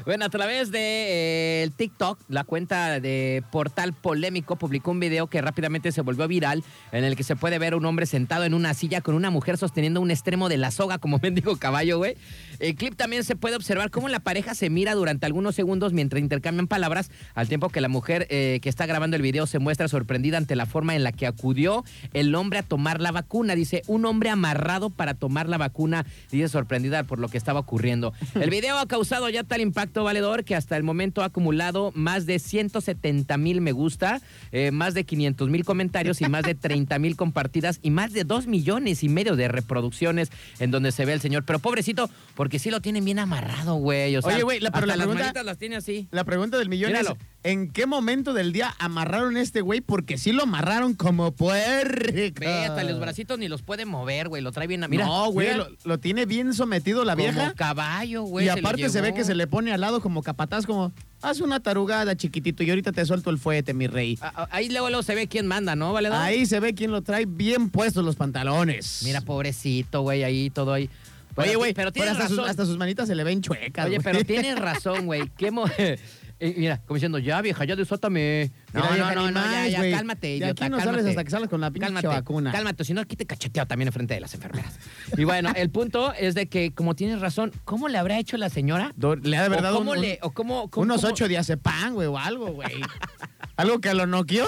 Speaker 2: Bueno, a través de eh, el TikTok, la cuenta de Portal Polémico publicó un video que rápidamente se volvió viral, en el que se puede ver a un hombre sentado en una silla con una mujer sosteniendo un extremo de la soga como mendigo caballo, güey. El clip también se puede observar cómo la pareja se mira durante algunos segundos mientras intercambian palabras, al tiempo que la mujer eh, que está grabando el video se muestra sorprendida ante la forma en la que acudió el hombre a tomar la vacuna. Dice, un hombre amarrado para tomar la vacuna, dice sorprendida por lo que estaba ocurriendo. El video ha causado ya tal impacto valedor que hasta el momento ha acumulado más de 170 mil me gusta, eh, más de 500 mil comentarios y más de 30 mil compartidas y más de 2 millones y medio de reproducciones en donde se ve el señor. Pero pobrecito, porque sí lo tienen bien amarrado, güey. O sea,
Speaker 1: Oye, güey, la- pero
Speaker 2: hasta
Speaker 1: la
Speaker 2: las
Speaker 1: pregunta-
Speaker 2: manitas las tiene así.
Speaker 1: La pregunta del millón
Speaker 2: Míralo.
Speaker 1: es: ¿en qué momento del día amarraron a este güey? Porque sí lo amarraron como puerco.
Speaker 2: Ve, hasta los bracitos ni los puede mover, güey. Lo trae bien. a- Mira,
Speaker 1: no, güey,
Speaker 2: mira,
Speaker 1: Ah. lo, lo tiene bien sometido la vieja.
Speaker 2: Como caballo, güey.
Speaker 1: y
Speaker 2: lo
Speaker 1: aparte se, ve
Speaker 2: llevó.
Speaker 1: que se le pone al lado como capataz, como, haz una tarugada, chiquitito, y ahorita te suelto el fuete, mi rey.
Speaker 2: A- a- Ahí luego, luego se ve quién manda, ¿no, Valedor?
Speaker 1: Ahí se ve quién lo trae bien puestos los pantalones.
Speaker 2: Mira, pobrecito, güey, ahí todo ahí. Pero
Speaker 1: Oye,
Speaker 2: ti-
Speaker 1: güey, pero,
Speaker 2: pero tienes
Speaker 1: hasta, sus,
Speaker 2: razón.
Speaker 1: hasta sus manitas se le ven chuecas.
Speaker 2: Oye,
Speaker 1: güey.
Speaker 2: pero tienes razón, güey. Qué mo- Eh, mira, como diciendo, ya, vieja, ya desótame. No,
Speaker 1: Mira, vieja,
Speaker 2: no, no,
Speaker 1: ni
Speaker 2: no, ya,
Speaker 1: más,
Speaker 2: ya,
Speaker 1: güey.
Speaker 2: cálmate,
Speaker 1: De
Speaker 2: idiota,
Speaker 1: aquí no
Speaker 2: cálmate.
Speaker 1: sales hasta que sales con la pinche
Speaker 2: Cálmate,
Speaker 1: vacuna.
Speaker 2: Cálmate, si no, aquí te cacheteo también enfrente de las enfermeras. Y bueno, el punto es de que, como tienes razón, ¿cómo le habrá hecho la señora?
Speaker 1: Do- Le da de verdad
Speaker 2: ¿O cómo
Speaker 1: un- un-
Speaker 2: le, o cómo, cómo-
Speaker 1: unos
Speaker 2: cómo-
Speaker 1: ocho días de pan, güey, o algo, güey. algo que lo noqueó.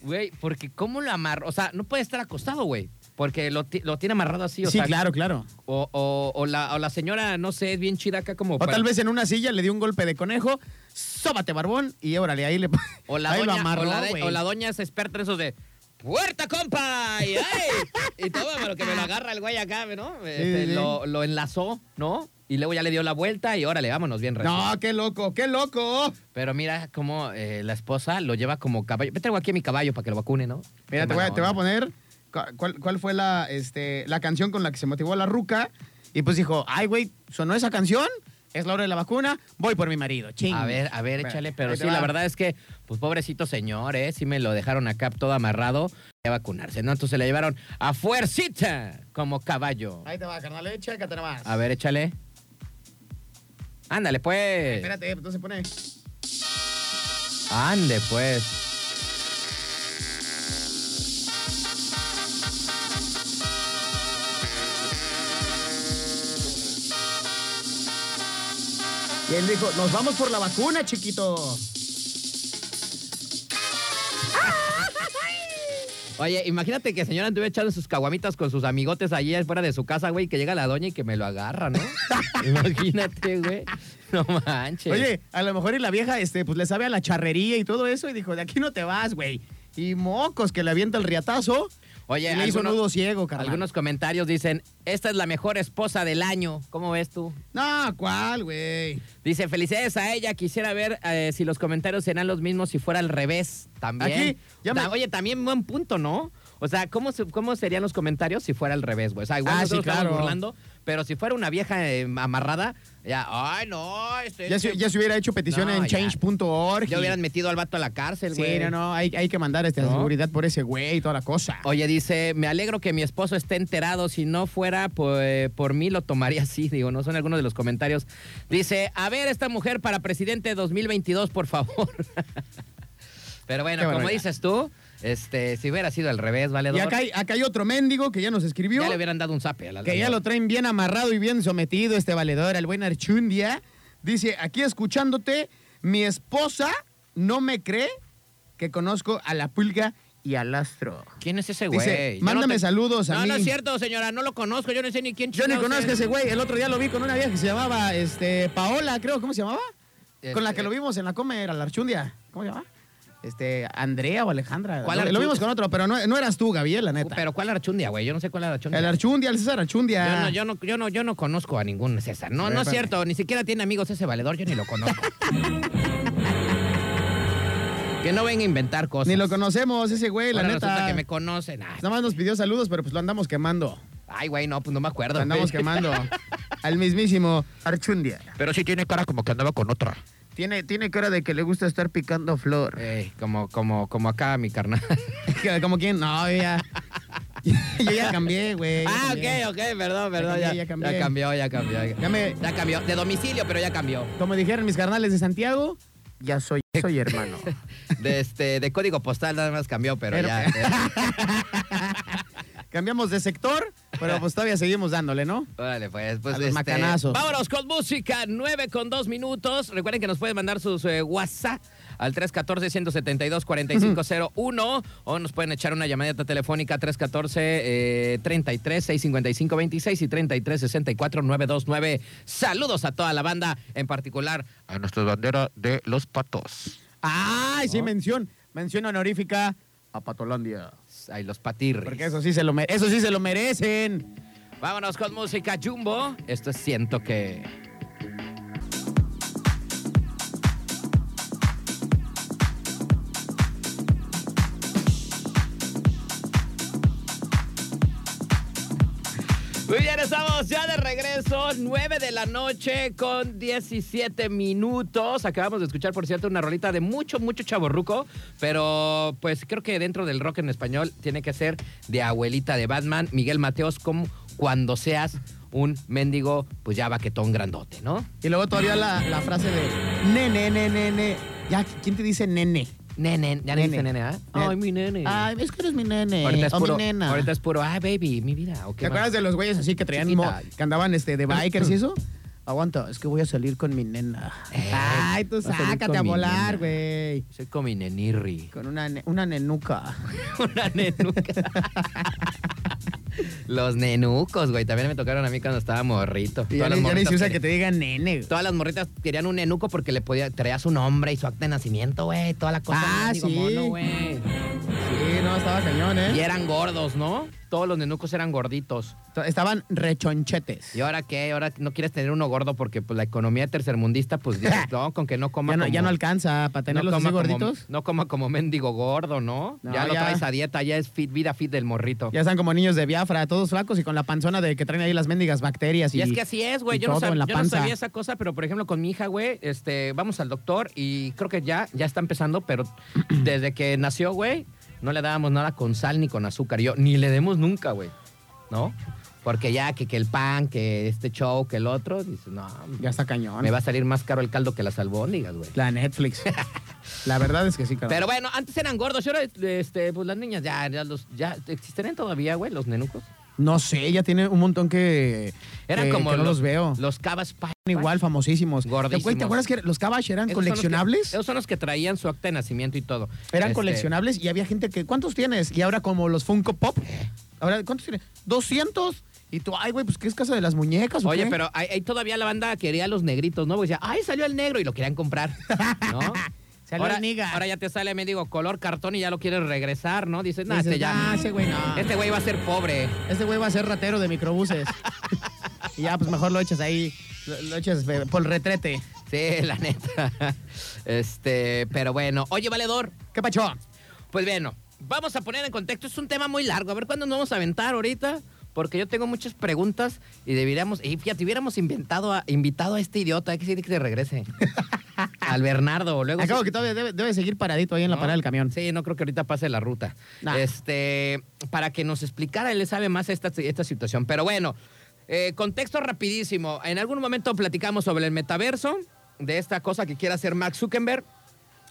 Speaker 2: Güey, porque ¿cómo lo amarra? O sea, no puede estar acostado, güey. Porque lo, ti- lo tiene amarrado así, o
Speaker 1: sí,
Speaker 2: sea,
Speaker 1: claro, claro.
Speaker 2: O, o- o la, o la señora, no sé, es bien chida acá como.
Speaker 1: O
Speaker 2: para-
Speaker 1: tal vez en una silla le dio un golpe de conejo, sóbate, barbón, y órale, ahí le
Speaker 2: O la,
Speaker 1: ahí
Speaker 2: doña,
Speaker 1: lo amarró,
Speaker 2: o, la de-
Speaker 1: güey.
Speaker 2: o la doña es experta en esos de. ¡Puerta, compa! Y, ay, y toma, pero que me lo agarra el güey acá, ¿no? Este,
Speaker 1: sí, sí.
Speaker 2: Lo, lo enlazó, ¿no? Y luego ya le dio la vuelta y órale, vámonos bien recio.
Speaker 1: No, qué loco, qué loco.
Speaker 2: Pero mira cómo eh, la esposa lo lleva como caballo. Yo traigo aquí a mi caballo para que lo vacune, ¿no?
Speaker 1: Mira,
Speaker 2: Qué
Speaker 1: te voy, a,
Speaker 2: mala
Speaker 1: te voy a
Speaker 2: onda.
Speaker 1: poner cu- cuál, cuál fue la, este, la canción con la que se motivó la ruca. Y pues dijo, ay, güey, sonó esa canción, es la hora de la vacuna, voy por mi marido, ching.
Speaker 2: A ver, a ver, échale, pero
Speaker 1: ahí te
Speaker 2: sí, la
Speaker 1: va.
Speaker 2: verdad es que, pues pobrecito señor, ¿eh? Sí me lo dejaron acá todo amarrado a vacunarse, ¿no? Entonces la llevaron a fuercita como caballo.
Speaker 1: Ahí te va, carnal, eh, chécate nomás.
Speaker 2: A ver, échale. Ándale, pues.
Speaker 1: Espérate, eh, entonces pone...
Speaker 2: Ande, pues.
Speaker 1: Y él dijo, nos vamos por la vacuna, chiquito.
Speaker 2: Oye, imagínate que señora anduve echando sus caguamitas con sus amigotes allí afuera de su casa, güey, que llega la doña y que me lo agarra, ¿no? imagínate, güey. No manches.
Speaker 1: Oye, a lo mejor y la vieja, este, pues le sabe a la charrería y todo eso, y dijo, de aquí no te vas, güey. Y mocos, que le avienta el riatazo.
Speaker 2: Oye,
Speaker 1: y le hizo
Speaker 2: algunos-
Speaker 1: nudo ciego, carnal.
Speaker 2: Algunos comentarios dicen, esta es la mejor esposa del año. ¿Cómo ves tú?
Speaker 1: No, ¿cuál, güey?
Speaker 2: Dice, felicidades a ella. Quisiera ver eh, si los comentarios serán los mismos si fuera al revés también.
Speaker 1: Aquí, ya me-
Speaker 2: Ta- Oye, también buen punto, ¿no? O sea, ¿cómo, se- cómo serían los comentarios si fuera al revés, güey? O sea, igual
Speaker 1: Ah,
Speaker 2: nosotros
Speaker 1: sí,
Speaker 2: estamos
Speaker 1: claro.
Speaker 2: burlando, pero si fuera una vieja eh, amarrada, ya, ay, no, este,
Speaker 1: Ya
Speaker 2: este-
Speaker 1: se, ya se hubiera hecho petición
Speaker 2: No,
Speaker 1: en
Speaker 2: ya.
Speaker 1: change.org.
Speaker 2: ya hubieran metido al vato a la cárcel, güey.
Speaker 1: Sí, no, no, hay, hay que mandar este, a
Speaker 2: ¿No?
Speaker 1: seguridad por ese güey y toda la cosa.
Speaker 2: Oye, dice, me alegro que mi esposo esté enterado. Si no fuera por, por mí, lo tomaría así. Digo, no son algunos de los comentarios. Dice, a ver, esta mujer para presidente 2022, por favor. Pero
Speaker 1: Qué
Speaker 2: bueno, como
Speaker 1: barbaridad.
Speaker 2: dices tú, este, si hubiera sido al revés, ¿vale?
Speaker 1: y acá hay, acá hay otro mendigo que ya nos escribió,
Speaker 2: ya le hubieran dado un zape a la
Speaker 1: que ya lo traen bien amarrado y bien sometido este valedor, el buen Archundia. Dice, aquí escuchándote, mi esposa no me cree que conozco a la pulga y al astro.
Speaker 2: ¿Quién es ese güey?
Speaker 1: Dice,
Speaker 2: Yo no
Speaker 1: mándame saludos a
Speaker 2: no,
Speaker 1: mí.
Speaker 2: No, es cierto, señora, no lo conozco, yo no sé ni quién
Speaker 1: Yo ni
Speaker 2: chingados
Speaker 1: conozco a
Speaker 2: es.
Speaker 1: ese güey. El otro día lo vi con una vieja que se llamaba este, Paola, creo. ¿Cómo se llamaba? Con la
Speaker 2: Este-
Speaker 1: que lo vimos en la comer, a la archundia. ¿Cómo se llama? Este, Andrea o Alejandra.
Speaker 2: ¿Cuál
Speaker 1: Lo- lo,
Speaker 2: Archundia?
Speaker 1: vimos con otro, pero no, no eras tú, Gabriel, la neta.
Speaker 2: Pero ¿cuál archundia, güey? Yo no sé cuál archundia.
Speaker 1: el archundia, el César archundia.
Speaker 2: Yo no, yo no, yo no, yo no conozco a ningún César. No,
Speaker 1: A ver,
Speaker 2: no es
Speaker 1: espérame.
Speaker 2: cierto. Ni siquiera tiene amigos ese valedor, yo ni lo conozco. que no venga a inventar cosas.
Speaker 1: Ni lo conocemos, ese güey, la
Speaker 2: Ahora
Speaker 1: neta.
Speaker 2: resulta que me conocen. Ay,
Speaker 1: Nada más nos pidió saludos, pero pues lo andamos quemando.
Speaker 2: Ay, güey, no, pues no me acuerdo.
Speaker 1: Lo andamos
Speaker 2: güey.
Speaker 1: quemando al mismísimo archundia.
Speaker 2: Pero sí tiene cara como que andaba con otra.
Speaker 1: Tiene, tiene cara de que le gusta estar picando flor.
Speaker 2: Ey, como, como, como acá mi carnal.
Speaker 1: Como quien, no, ya. Yo ya cambié, güey. ya
Speaker 2: Ah,
Speaker 1: cambié.
Speaker 2: ok, ok, perdón, perdón. Ya,
Speaker 1: cambié, ya cambié.
Speaker 2: ya cambió, ya cambió. Ya,
Speaker 1: Ya me-
Speaker 2: ya cambió. De domicilio, pero ya cambió.
Speaker 1: Como dijeron mis carnales de Santiago, ya soy, soy hermano.
Speaker 2: De, este, de código postal nada más cambió, pero,
Speaker 1: Pero-
Speaker 2: ya.
Speaker 1: Cambiamos de sector, pero pues todavía seguimos dándole, ¿no?
Speaker 2: Órale, pues, pues
Speaker 1: A los
Speaker 2: este,
Speaker 1: macanazos.
Speaker 2: Vámonos con música, 9 con 2 minutos. Recuerden que nos pueden mandar sus eh, WhatsApp al 314-172-4501 o nos pueden echar una llamadita telefónica eh, 314-33-655-26 y 33-64-929. Saludos a toda la banda, en particular a nuestra bandera de los patos. Ah,
Speaker 1: Ay, sí, mención. Mención honorífica a Patolandia.
Speaker 2: Ay, los patirris.
Speaker 1: Porque eso sí se lo, me- eso sí se lo merecen.
Speaker 2: Vámonos con música Jumbo. Esto es siento que. Muy bien, estamos ya de regreso, 9 de la noche con 17 minutos. Acabamos de escuchar, por cierto, una rolita de mucho, mucho chaborruco, pero pues creo que dentro del rock en español tiene que ser de abuelita de Batman, Miguel Mateos, como cuando seas un mendigo, pues ya vaquetón grandote, ¿no?
Speaker 1: Y luego todavía la, la frase de nene, nene, nene. Ya, ¿quién te dice nene?
Speaker 2: Nene, ya le
Speaker 1: Nene.
Speaker 2: dice nene, ¿ah? Ay, mi nene.
Speaker 1: Ay, es que eres mi nene.
Speaker 2: ahorita es
Speaker 1: o
Speaker 2: puro,
Speaker 1: mi nena.
Speaker 2: ahorita es puro, ay, baby, mi vida. ¿o qué
Speaker 1: ¿Te
Speaker 2: más?
Speaker 1: acuerdas de los güeyes así que traían mo-
Speaker 2: Chiquita.
Speaker 1: que andaban este, de bikers y eso? Aguanta, es que voy a salir con mi nena.
Speaker 2: Eh,
Speaker 1: Ay, tú
Speaker 2: voy a salir con
Speaker 1: sácate a
Speaker 2: mi
Speaker 1: volar,
Speaker 2: nena.
Speaker 1: güey.
Speaker 2: Soy como mi nenirri.
Speaker 1: Con una, ne- una nenuca.
Speaker 2: Una nenuca. Los nenucos, güey. También me tocaron a mí cuando estaba morrito.
Speaker 1: Y ya ni-
Speaker 2: Todas las
Speaker 1: ya ni
Speaker 2: morritas
Speaker 1: se usa que
Speaker 2: querían-
Speaker 1: te digan nene. güey.
Speaker 2: Todas las morritas querían un nenuco porque le podía, traía su nombre y su acta de nacimiento, güey. Toda la cosa.
Speaker 1: Ah,
Speaker 2: mendigo
Speaker 1: sí.
Speaker 2: mono, güey.
Speaker 1: Sí, no, estaba cañón,
Speaker 2: Y
Speaker 1: ¿eh?
Speaker 2: eran gordos, ¿no? Todos los nenucos eran gorditos.
Speaker 1: To- Estaban rechonchetes.
Speaker 2: ¿Y ahora qué? ¿Ahora no quieres tener uno gordo porque pues, la economía tercermundista, pues dices, no, con que no coma
Speaker 1: Ya no,
Speaker 2: como...
Speaker 1: ya no alcanza para tenerlos así
Speaker 2: coma como-
Speaker 1: gorditos.
Speaker 2: no coma como mendigo gordo, ¿no?
Speaker 1: No,
Speaker 2: ya lo
Speaker 1: ya.
Speaker 2: traes a dieta, ya es fit, vida fit del morrito.
Speaker 1: Ya están como niños de Biafra, todos flacos y con la panzona de que traen ahí las mendigas bacterias. Y,
Speaker 2: Y es que así es, güey.
Speaker 1: y
Speaker 2: Yo, no,
Speaker 1: todo
Speaker 2: sab-
Speaker 1: en la
Speaker 2: yo no
Speaker 1: panza.
Speaker 2: sabía esa cosa, pero por ejemplo, con mi hija, güey, este, vamos al doctor y creo que ya, ya está empezando, pero desde que nació, güey, no le dábamos nada con sal ni con azúcar. Yo, ni le demos nunca, güey. ¿No? Porque ya que, que el pan, que este show, que el otro, dices, no,
Speaker 1: Ya está cañón.
Speaker 2: me va a salir más caro el caldo que las albóndigas, güey.
Speaker 1: La Netflix. la verdad es que sí, cabrón.
Speaker 2: Pero bueno, antes eran gordos, y ahora, este, pues las niñas ya, ya los, ya, ¿existirán todavía, güey, los nenucos?
Speaker 1: No sé, ya tiene un montón que,
Speaker 2: Eran
Speaker 1: que-
Speaker 2: como
Speaker 1: que no los veo.
Speaker 2: Los cabas pa-
Speaker 1: Igual, famosísimos.
Speaker 2: Gordísimos.
Speaker 1: Güey, ¿Te acuerdas que los Cabash eran
Speaker 2: Esos son los
Speaker 1: coleccionables?
Speaker 2: que- esos son los que traían su acta de nacimiento y todo.
Speaker 1: Eran
Speaker 2: Este,
Speaker 1: coleccionables y había gente que, ¿cuántos tienes? Y ahora como los Funko Pop, ahora ¿cuántos tienes? 200. Y tú, ay, güey, pues ¿qué es casa de las muñecas? o
Speaker 2: Oye,
Speaker 1: qué?
Speaker 2: pero ahí, ahí todavía la banda quería a los negritos, ¿no? Porque decía, ay, salió el negro y lo querían comprar, ¿no?
Speaker 1: Salió
Speaker 2: ahora,
Speaker 1: el niga.
Speaker 2: ahora ya te sale, me digo, color cartón y ya lo quieres regresar, ¿no? Dices, nah,
Speaker 1: Dices,
Speaker 2: este ya.
Speaker 1: "Nah, ese güey no".
Speaker 2: Este güey va a ser pobre.
Speaker 1: Este güey va a ser ratero de microbuses. y ya, pues mejor lo echas ahí, lo, lo echas eh, por el retrete.
Speaker 2: Sí, la neta. Este, pero bueno. Oye, valedor,
Speaker 1: ¿Qué pacho?
Speaker 2: Pues bueno, vamos a poner en contexto. Es un tema muy largo. A ver cuándo nos vamos a aventar ahorita. Porque yo tengo muchas preguntas y deberíamos. Y fíjate, hubiéramos inventado a- invitado a este idiota. Hay que decir que se regrese. Al Bernardo. Luego
Speaker 1: Acabo
Speaker 2: sí-
Speaker 1: que todavía debe, debe seguir paradito ahí en la
Speaker 2: ¿no?
Speaker 1: parada del camión.
Speaker 2: Sí, no creo que ahorita pase la ruta.
Speaker 1: Nah.
Speaker 2: Este, para que nos explicara, él sabe más esta, esta situación. Pero bueno, eh, contexto rapidísimo. En algún momento platicamos sobre el metaverso, de esta cosa que quiere hacer Mark Zuckerberg.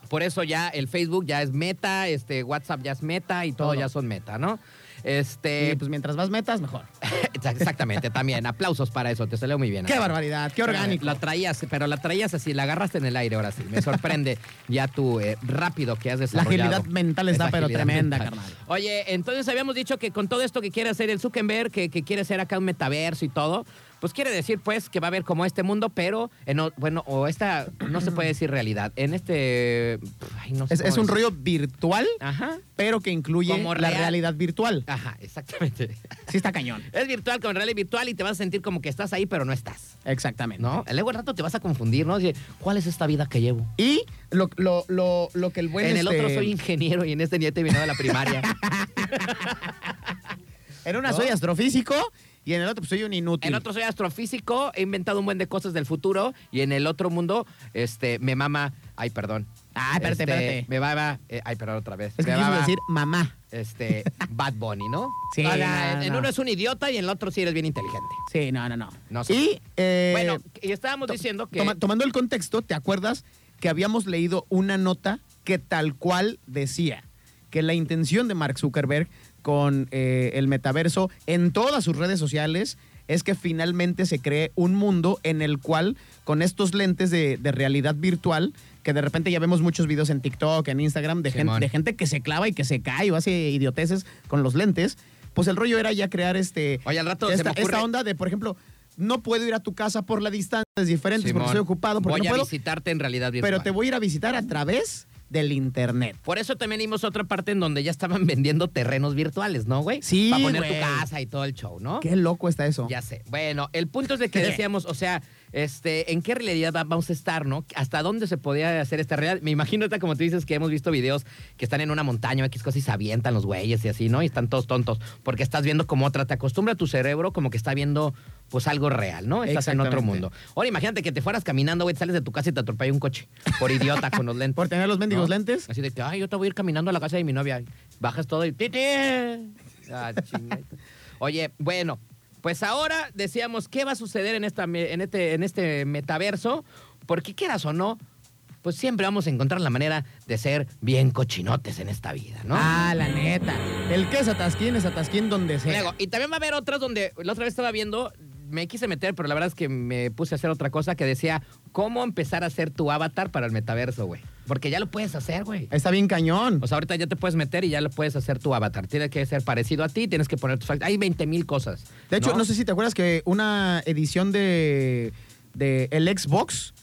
Speaker 2: Por eso ya el Facebook ya es meta, este, WhatsApp ya es meta y todo,
Speaker 1: Todo.
Speaker 2: ya son meta, ¿no? Este,
Speaker 1: y pues mientras más metas, mejor.
Speaker 2: exactamente, también. Aplausos para eso, te salió muy bien.
Speaker 1: pues. ¡Qué
Speaker 2: Ana.
Speaker 1: barbaridad! ¡Qué orgánico!
Speaker 2: La traías, pero la traías así, la agarraste en el aire ahora sí. Me sorprende ya tú eh, rápido que has
Speaker 1: La
Speaker 2: desarrollado.
Speaker 1: agilidad mental está
Speaker 2: Esa
Speaker 1: pero
Speaker 2: agilidad
Speaker 1: tremenda,
Speaker 2: mental.
Speaker 1: carnal.
Speaker 2: Oye, entonces habíamos dicho que con todo esto que quiere hacer el Zuckerberg, que, que quiere hacer acá un metaverso y todo, pues quiere decir pues que va a haber como este mundo, pero en o- bueno, o esta no se puede decir realidad. En este ay, no sé
Speaker 1: Es,
Speaker 2: cómo
Speaker 1: es un
Speaker 2: decir.
Speaker 1: rollo virtual,
Speaker 2: Ajá.
Speaker 1: pero que incluye
Speaker 2: Como
Speaker 1: la
Speaker 2: real.
Speaker 1: realidad virtual.
Speaker 2: Ajá, exactamente.
Speaker 1: Sí está cañón.
Speaker 2: Es virtual con realidad virtual y te vas a sentir como que estás ahí, pero no estás.
Speaker 1: Exactamente.
Speaker 2: ¿No? Luego al rato te vas a confundir, ¿no? Dice, ¿cuál es esta vida que llevo?
Speaker 1: Y lo, lo- lo- lo que el buen...
Speaker 2: en el
Speaker 1: este,
Speaker 2: otro soy ingeniero y en este ni he terminado la primaria.
Speaker 1: En una
Speaker 2: ¿no?
Speaker 1: soy astrofísico y en el otro pues, soy un inútil.
Speaker 2: en otro soy astrofísico, he inventado un buen de cosas del futuro y en el otro mundo, este, me mama. Ay, perdón.
Speaker 1: Ah, espérate,
Speaker 2: Este,
Speaker 1: espérate.
Speaker 2: Me mama. eh, ay, perdón, otra vez.
Speaker 1: Es que
Speaker 2: me
Speaker 1: quiso
Speaker 2: mama-
Speaker 1: decir mamá.
Speaker 2: este, Bad Bunny, ¿no?
Speaker 4: Sí,
Speaker 2: O sea,
Speaker 4: no,
Speaker 2: en
Speaker 4: no.
Speaker 2: uno es un idiota y en el otro sí eres bien inteligente.
Speaker 4: Sí, no, no, no.
Speaker 2: No sé.
Speaker 1: Y, eh,
Speaker 2: bueno, y estábamos diciendo que...
Speaker 1: toma- tomando el contexto, ¿te acuerdas que habíamos leído una nota que tal cual decía que la intención de Mark Zuckerberg con eh, el metaverso en todas sus redes sociales es que finalmente se cree un mundo en el cual con estos lentes de, de realidad virtual, que de repente ya vemos muchos videos en TikTok, en Instagram, de, gente,
Speaker 2: Simón.
Speaker 1: de gente que se clava y que se cae o hace idioteces con los lentes, pues el rollo era ya crear este...
Speaker 2: Oye, al rato se
Speaker 1: esta,
Speaker 2: me ocurre-
Speaker 1: esta onda de, por ejemplo, no puedo ir a tu casa por la distancia, es diferente,
Speaker 2: Simón,
Speaker 1: porque estoy ocupado, porque
Speaker 2: voy
Speaker 1: no
Speaker 2: a
Speaker 1: puedo,
Speaker 2: visitarte en realidad virtual.
Speaker 1: pero te voy a ir a visitar a través del internet.
Speaker 2: Por eso también vimos otra parte en donde ya estaban vendiendo terrenos virtuales, ¿no, güey?
Speaker 1: Sí,
Speaker 2: Para poner
Speaker 1: güey.
Speaker 2: tu casa y todo el show, ¿no?
Speaker 1: Qué loco está eso.
Speaker 2: Oh. Ya sé. Bueno, el punto es de que decíamos, o sea, este, ¿en qué realidad va- vamos a estar, no? ¿Hasta dónde se podía hacer esta realidad? Me imagino ahorita, como tú dices, que hemos visto videos que están en una montaña o X cosas y se avientan los güeyes y así, ¿no? Y están todos tontos. Porque estás viendo como otra, te acostumbra tu cerebro como que está viendo, pues, algo real, ¿no? Estás en otro
Speaker 1: Exactamente.
Speaker 2: mundo. Ahora imagínate que te fueras caminando, güey, te sales de tu casa y te atropella un coche. Por idiota, con los lentes.
Speaker 1: Por tener los mendigos
Speaker 2: ¿no?
Speaker 1: lentes.
Speaker 2: Así de que, ay, yo te voy a ir caminando a la casa de mi novia. Bajas todo y... ¡Titi! Ah, chinga. Oye, bueno, pues ahora decíamos, ¿qué va a suceder en, esta, me- en, este, en este metaverso? Porque quieras o no, pues siempre vamos a encontrar la manera de ser bien cochinotes en esta vida, ¿no?
Speaker 4: Ah, la neta.
Speaker 1: El que es atasquín es atasquín donde sea.
Speaker 2: Luego, y también va a haber otras donde la otra vez estaba viendo, me quise meter, pero la verdad es que me puse a hacer otra cosa que decía, ¿cómo empezar a hacer tu avatar para el metaverso, güey? Porque ya lo puedes hacer, güey.
Speaker 1: Está bien cañón.
Speaker 2: O sea, ahorita ya te puedes meter y ya lo puedes hacer tu avatar. Tiene que ser parecido a ti, tienes que poner tus fact- Hay 20 mil cosas.
Speaker 1: de hecho, ¿no? sé si te acuerdas que una edición de, de el Xbox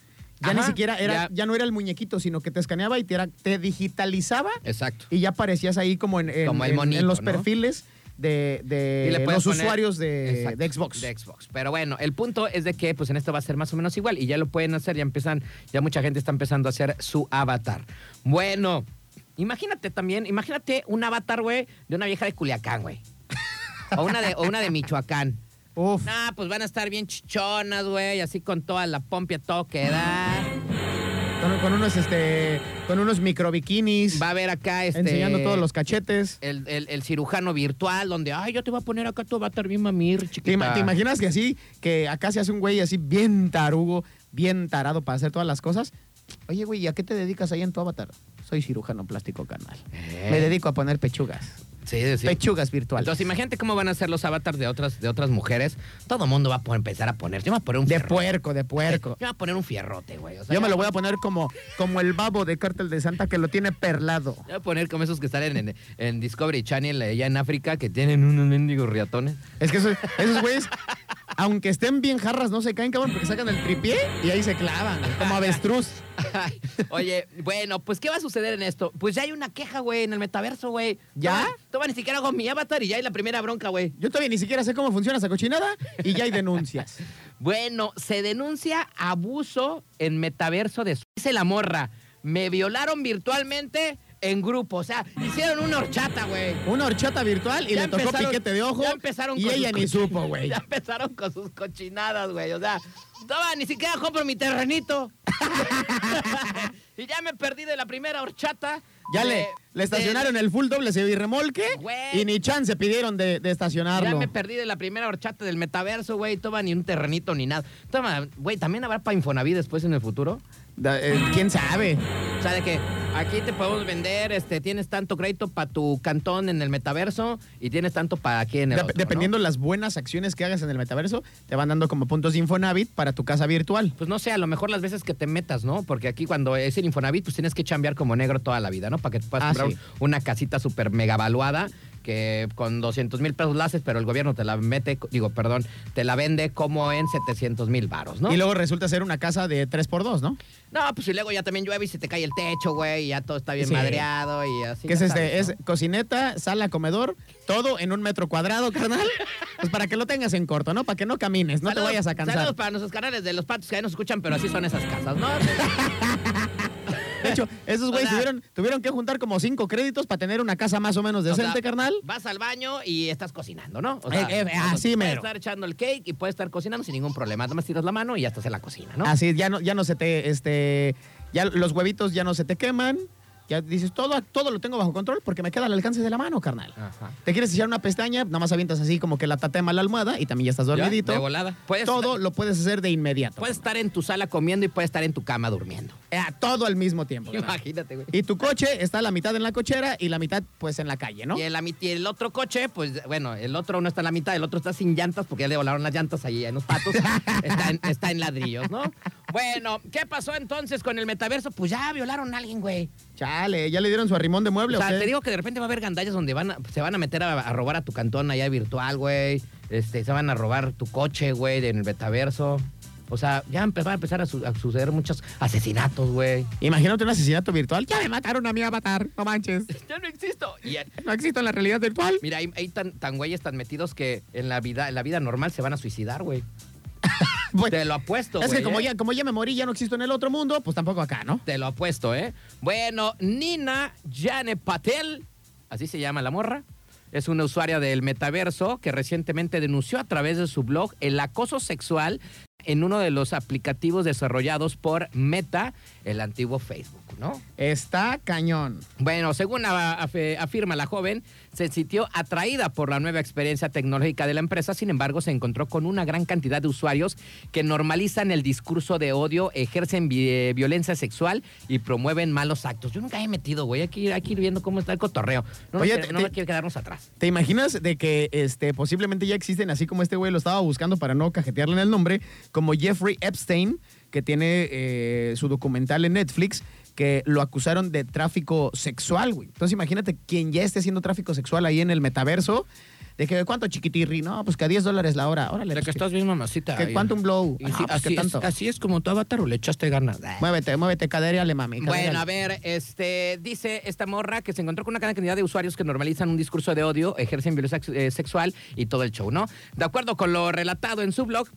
Speaker 1: ya
Speaker 2: Ajá,
Speaker 1: ni siquiera era, ya.
Speaker 2: ya.
Speaker 1: no era el muñequito, sino que te escaneaba y te, era- te digitalizaba
Speaker 2: Exacto.
Speaker 1: y ya aparecías ahí como en, en-
Speaker 2: Como el
Speaker 1: en-
Speaker 2: monito,
Speaker 1: en los
Speaker 2: ¿no?
Speaker 1: perfiles de, de
Speaker 2: Y le puedes
Speaker 1: Eh, los
Speaker 2: poner-
Speaker 1: usuarios de,
Speaker 2: Exacto,
Speaker 1: de Xbox.
Speaker 2: De Xbox. Pero bueno, el punto es de que pues en esto va a ser más o menos igual y ya lo pueden hacer, ya empiezan, ya mucha gente está empezando a hacer su avatar. Bueno, imagínate también, imagínate un avatar, güey, de una vieja de Culiacán, güey. O una de, o una de Michoacán.
Speaker 1: Uf.
Speaker 2: No, pues van a estar bien chichonas, güey, así con toda la pompia, todo que da.
Speaker 1: Con, con unos este. Con unos micro bikinis.
Speaker 2: Va a haber acá este.
Speaker 1: Enseñando todos los cachetes.
Speaker 2: el, el- el cirujano virtual, donde, ay, yo te voy a poner acá tu avatar bien mamir,
Speaker 1: ¿Te, ima-
Speaker 2: chiquita.
Speaker 1: te imaginas que así, que acá se hace un güey así bien tarugo, bien tarado para hacer todas las cosas? Oye, güey, ¿y a qué te dedicas ahí en tu avatar? Soy cirujano plástico canal.
Speaker 2: Eh.
Speaker 1: Me dedico a poner pechugas.
Speaker 2: Sí, sí.
Speaker 1: Pechugas virtuales.
Speaker 2: Entonces, imagínate cómo van a ser los avatars de otras, de otras mujeres. Todo mundo va a po- empezar a poner. Yo me voy a poner un
Speaker 1: de
Speaker 2: fierrote.
Speaker 1: puerco, de puerco.
Speaker 2: Yo me voy a poner un fierrote, güey. O sea,
Speaker 1: Yo me lo voy a poner como, como el babo de Cártel de Santa que lo tiene perlado.
Speaker 2: yo me voy a poner como esos que salen en, en Discovery Channel allá en África, que tienen unos mendigos riatones.
Speaker 1: Es que esos, esos güeyes, aunque estén bien jarras, no se caen, cabrón, porque sacan el tripié y ahí se clavan, güey, como avestruz.
Speaker 2: Ay, Oye, bueno, pues ¿qué va a suceder en esto? Pues ya hay una queja, güey, en el metaverso, güey.
Speaker 1: ¿Ya?
Speaker 2: Toma, toma, ni siquiera hago mi avatar y ya hay la primera bronca, güey.
Speaker 1: Yo todavía ni siquiera sé cómo funciona esa cochinada y ya hay denuncias.
Speaker 2: Bueno, se denuncia abuso en metaverso de... su- Dice la morra, me violaron virtualmente en grupo. O sea, hicieron una horchata, güey.
Speaker 1: Una horchata virtual y
Speaker 2: Ya
Speaker 1: le tocó
Speaker 2: empezaron-
Speaker 1: piquete de ojo
Speaker 2: ya empezaron
Speaker 1: y
Speaker 2: con
Speaker 1: ella
Speaker 2: sus
Speaker 1: ni
Speaker 2: cochi-
Speaker 1: supo, güey.
Speaker 2: Ya empezaron con sus cochinadas, güey. O sea, toma, ni siquiera compro mi terrenito. y ya me perdí de la primera horchata.
Speaker 1: Ya
Speaker 2: de-
Speaker 1: le, le estacionaron
Speaker 2: de-
Speaker 1: el full doble se y remolque
Speaker 2: Güey.
Speaker 1: y ni chance pidieron de, de
Speaker 2: Ya
Speaker 1: estacionarlo.
Speaker 2: me perdí de la primera horchata del metaverso, güey. Toma, ni un terrenito ni nada. Toma, güey, ¿también habrá para Infonaví después en el futuro?
Speaker 1: Da- eh, ¿Quién sabe?
Speaker 2: O sea, de que aquí te podemos vender, este, tienes tanto crédito para tu cantón en el metaverso y tienes tanto para aquí en el
Speaker 1: Dep-
Speaker 2: otro, ¿no?
Speaker 1: dependiendo las buenas acciones que hagas en el metaverso, te van dando como puntos de Infonavit para tu casa virtual.
Speaker 2: Pues no sé, a lo mejor las veces que te metas, ¿no? Porque aquí cuando es el Infonavit, pues tienes que chambear como negro toda la vida, ¿no? Para que te puedas
Speaker 1: Ah,
Speaker 2: comprar
Speaker 1: sí.
Speaker 2: un- una casita súper mega valuada que con 200 mil pesos la haces, pero el gobierno te la mete, digo, perdón, te la vende como en 700 mil varos, ¿no?
Speaker 1: Y luego resulta ser una casa de 3x2, ¿no?
Speaker 2: No, pues y luego ya también llueve y se te cae el techo, güey, y ya todo está bien
Speaker 1: Sí.
Speaker 2: madreado y así.
Speaker 1: que es
Speaker 2: ya
Speaker 1: este,
Speaker 2: sabes, ¿no?
Speaker 1: es cocineta, sala, comedor, todo en un metro cuadrado, carnal. Pues para que lo tengas en corto, ¿no? Para que no camines, no
Speaker 2: Saludos-
Speaker 1: te vayas a cansar.
Speaker 2: Saludos para nuestros canales de los patos que ahí nos escuchan, pero así son esas casas, ¿no?
Speaker 1: De hecho, esos
Speaker 2: O
Speaker 1: güeyes
Speaker 2: sea-
Speaker 1: tuvieron, tuvieron que juntar como cinco créditos para tener una casa más o menos
Speaker 2: O sea,
Speaker 1: decente, carnal.
Speaker 2: Vas al baño y estás cocinando, ¿no? O
Speaker 1: Eh, eh, así
Speaker 2: puedes
Speaker 1: mero.
Speaker 2: estar echando el cake y puedes estar cocinando sin ningún problema. Nada más tiras la mano y ya estás en la cocina, ¿no?
Speaker 1: Así, ya no, ya no se te, este, ya los huevitos ya no se te queman. Ya dices, todo, todo lo tengo bajo control porque me queda al alcance de la mano, carnal.
Speaker 2: Ajá.
Speaker 1: Te quieres echar una pestaña, nada más avientas así como que la tatema a la almohada y también ya estás dormidito.
Speaker 2: de volada. Puedes-
Speaker 1: todo lo puedes hacer de inmediato.
Speaker 2: Puedes estar en tu sala comiendo y puedes estar en tu cama durmiendo.
Speaker 1: Eh, a todo al mismo tiempo. carnal.
Speaker 2: Imagínate, güey.
Speaker 1: Y tu coche está la mitad en la cochera y la mitad pues en la calle, ¿no?
Speaker 2: Y el, ami- y el otro coche, pues bueno, el otro no está en la mitad, el otro está sin llantas porque ya le volaron las llantas ahí en los patos. está, en, está en ladrillos, ¿no? Bueno, ¿qué pasó entonces con el metaverso? Pues ya violaron a alguien, güey.
Speaker 1: Chale, ¿ya le dieron su arrimón de mueble
Speaker 2: O
Speaker 1: o,
Speaker 2: sea,
Speaker 1: qué?
Speaker 2: te digo que de repente va a haber gandallas donde van a- se van a meter a, a robar a tu cantón allá virtual, güey. Este, se van a robar tu coche, güey, en el metaverso. O sea, ya empe- van a empezar a, su- a suceder muchos asesinatos, güey.
Speaker 1: Imagínate un asesinato virtual. Ya me mataron a mi avatar, no manches.
Speaker 2: Ya no existo. Y, eh,
Speaker 1: No existe en la realidad virtual.
Speaker 2: mira, hay, hay tan, tan güeyes tan metidos que en la vida, en la vida normal se van a suicidar, güey.
Speaker 1: Pues,
Speaker 2: Te lo apuesto,
Speaker 1: es
Speaker 2: güey,
Speaker 1: que como,
Speaker 2: ¿eh?
Speaker 1: ya, como ya me morí, ya no existo en el otro mundo, pues tampoco acá, ¿no?
Speaker 2: Te lo apuesto, ¿eh? Bueno, Nina Jane Patel, así se llama la morra, es una usuaria del metaverso que recientemente denunció a través de su blog el acoso sexual en uno de los aplicativos desarrollados por Meta, el antiguo Facebook, ¿no?
Speaker 1: Está cañón.
Speaker 2: Bueno, según a- afe- afirma la joven, se sintió atraída por la nueva experiencia tecnológica de la empresa, sin embargo se encontró con una gran cantidad de usuarios que normalizan el discurso de odio, ejercen vi- eh, violencia sexual y promueven malos actos. Yo nunca he metido, güey, hay que, ir- hay que ir viendo cómo está el cotorreo. No,
Speaker 1: Oye,
Speaker 2: me quiero-
Speaker 1: te-
Speaker 2: no
Speaker 1: te-
Speaker 2: me quiero quedarnos atrás.
Speaker 1: ¿Te imaginas de que este, posiblemente ya existen, así como este güey lo estaba buscando para no cajetearle en el nombre, como Jeffrey Epstein, que tiene eh, su documental en Netflix, que lo acusaron de tráfico sexual, güey? Entonces imagínate quien ya esté haciendo tráfico sexual ahí en el metaverso, de que ¿cuánto chiquitirri? No, pues que a 10 dólares la hora. Órale, pues, que-
Speaker 2: bien mamacita.
Speaker 1: que cuánto un blow. Ah, pues, que tanto.
Speaker 2: es como tu avatar o le echaste ganas.
Speaker 1: Muévete, muévete, cadéreale, mami.
Speaker 2: Bueno,
Speaker 1: cadéreale.
Speaker 2: a ver, este, dice esta morra que se encontró con una gran cantidad de usuarios que normalizan un discurso de odio, ejercen violencia eh, sexual y todo el show, ¿no? De acuerdo con lo relatado en su blog,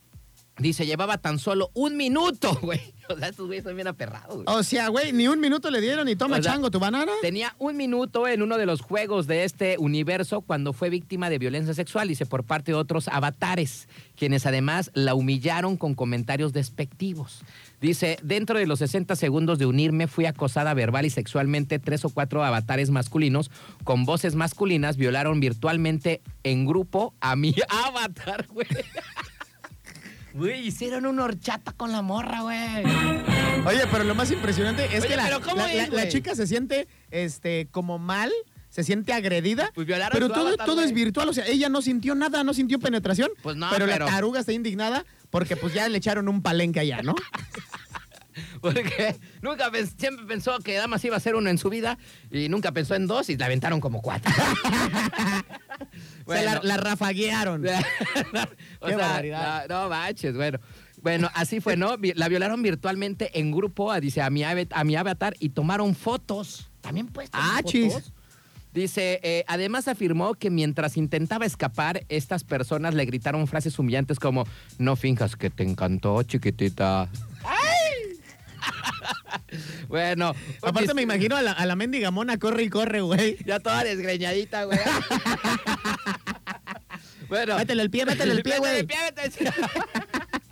Speaker 2: dice, llevaba tan solo un minuto, güey. O sea, estos güeyes están bien aperrados, güey.
Speaker 1: O sea, güey, ni un minuto le dieron y toma
Speaker 2: O sea,
Speaker 1: chango tu banana.
Speaker 2: Tenía un minuto en uno de los juegos de este universo cuando fue víctima de violencia sexual, dice, por parte de otros avatares, quienes además la humillaron con comentarios despectivos. Dice, dentro de los 60 segundos de unirme fui acosada verbal y sexualmente. Tres o cuatro avatares masculinos con voces masculinas violaron virtualmente en grupo a mi avatar, güey. Güey, hicieron una horchata con la morra, güey.
Speaker 1: Oye, pero lo más impresionante es
Speaker 2: Oye,
Speaker 1: que la,
Speaker 2: pero ¿cómo
Speaker 1: la-
Speaker 2: es,
Speaker 1: la- la
Speaker 2: güey?
Speaker 1: chica se siente este, como mal, se siente agredida.
Speaker 2: Pues violaron
Speaker 1: pero
Speaker 2: su
Speaker 1: todo,
Speaker 2: avatar,
Speaker 1: todo
Speaker 2: güey.
Speaker 1: es virtual, o sea, ella no sintió nada, no sintió penetración.
Speaker 2: Pues no,
Speaker 1: pero,
Speaker 2: pero-
Speaker 1: la taruga está indignada porque pues ya le echaron un palenque allá, ¿no?
Speaker 2: Porque nunca pens- siempre pensó que Damas iba a ser uno en su vida y nunca pensó en dos y la aventaron como cuatro.
Speaker 1: O sea, la, la rafaguearon.
Speaker 2: O
Speaker 1: Qué
Speaker 2: sea,
Speaker 1: barbaridad.
Speaker 2: No, no manches, bueno. Bueno, así fue, ¿no? Vi- La violaron virtualmente en grupo, a- dice, a mi, ave- a mi avatar y tomaron fotos. También pues
Speaker 1: Ah,
Speaker 2: fotos.
Speaker 1: chis.
Speaker 2: Dice, eh, además afirmó que mientras intentaba escapar, estas personas le gritaron frases humillantes como, no finjas que te encantó, chiquitita. bueno.
Speaker 1: Aparte
Speaker 2: pues,
Speaker 1: me imagino a la, a la mendiga mona corre y corre, güey.
Speaker 2: Ya toda desgreñadita, güey. bueno.
Speaker 1: Métele el pie, métele el pie, güey.
Speaker 2: Métele el pie, métele el pie.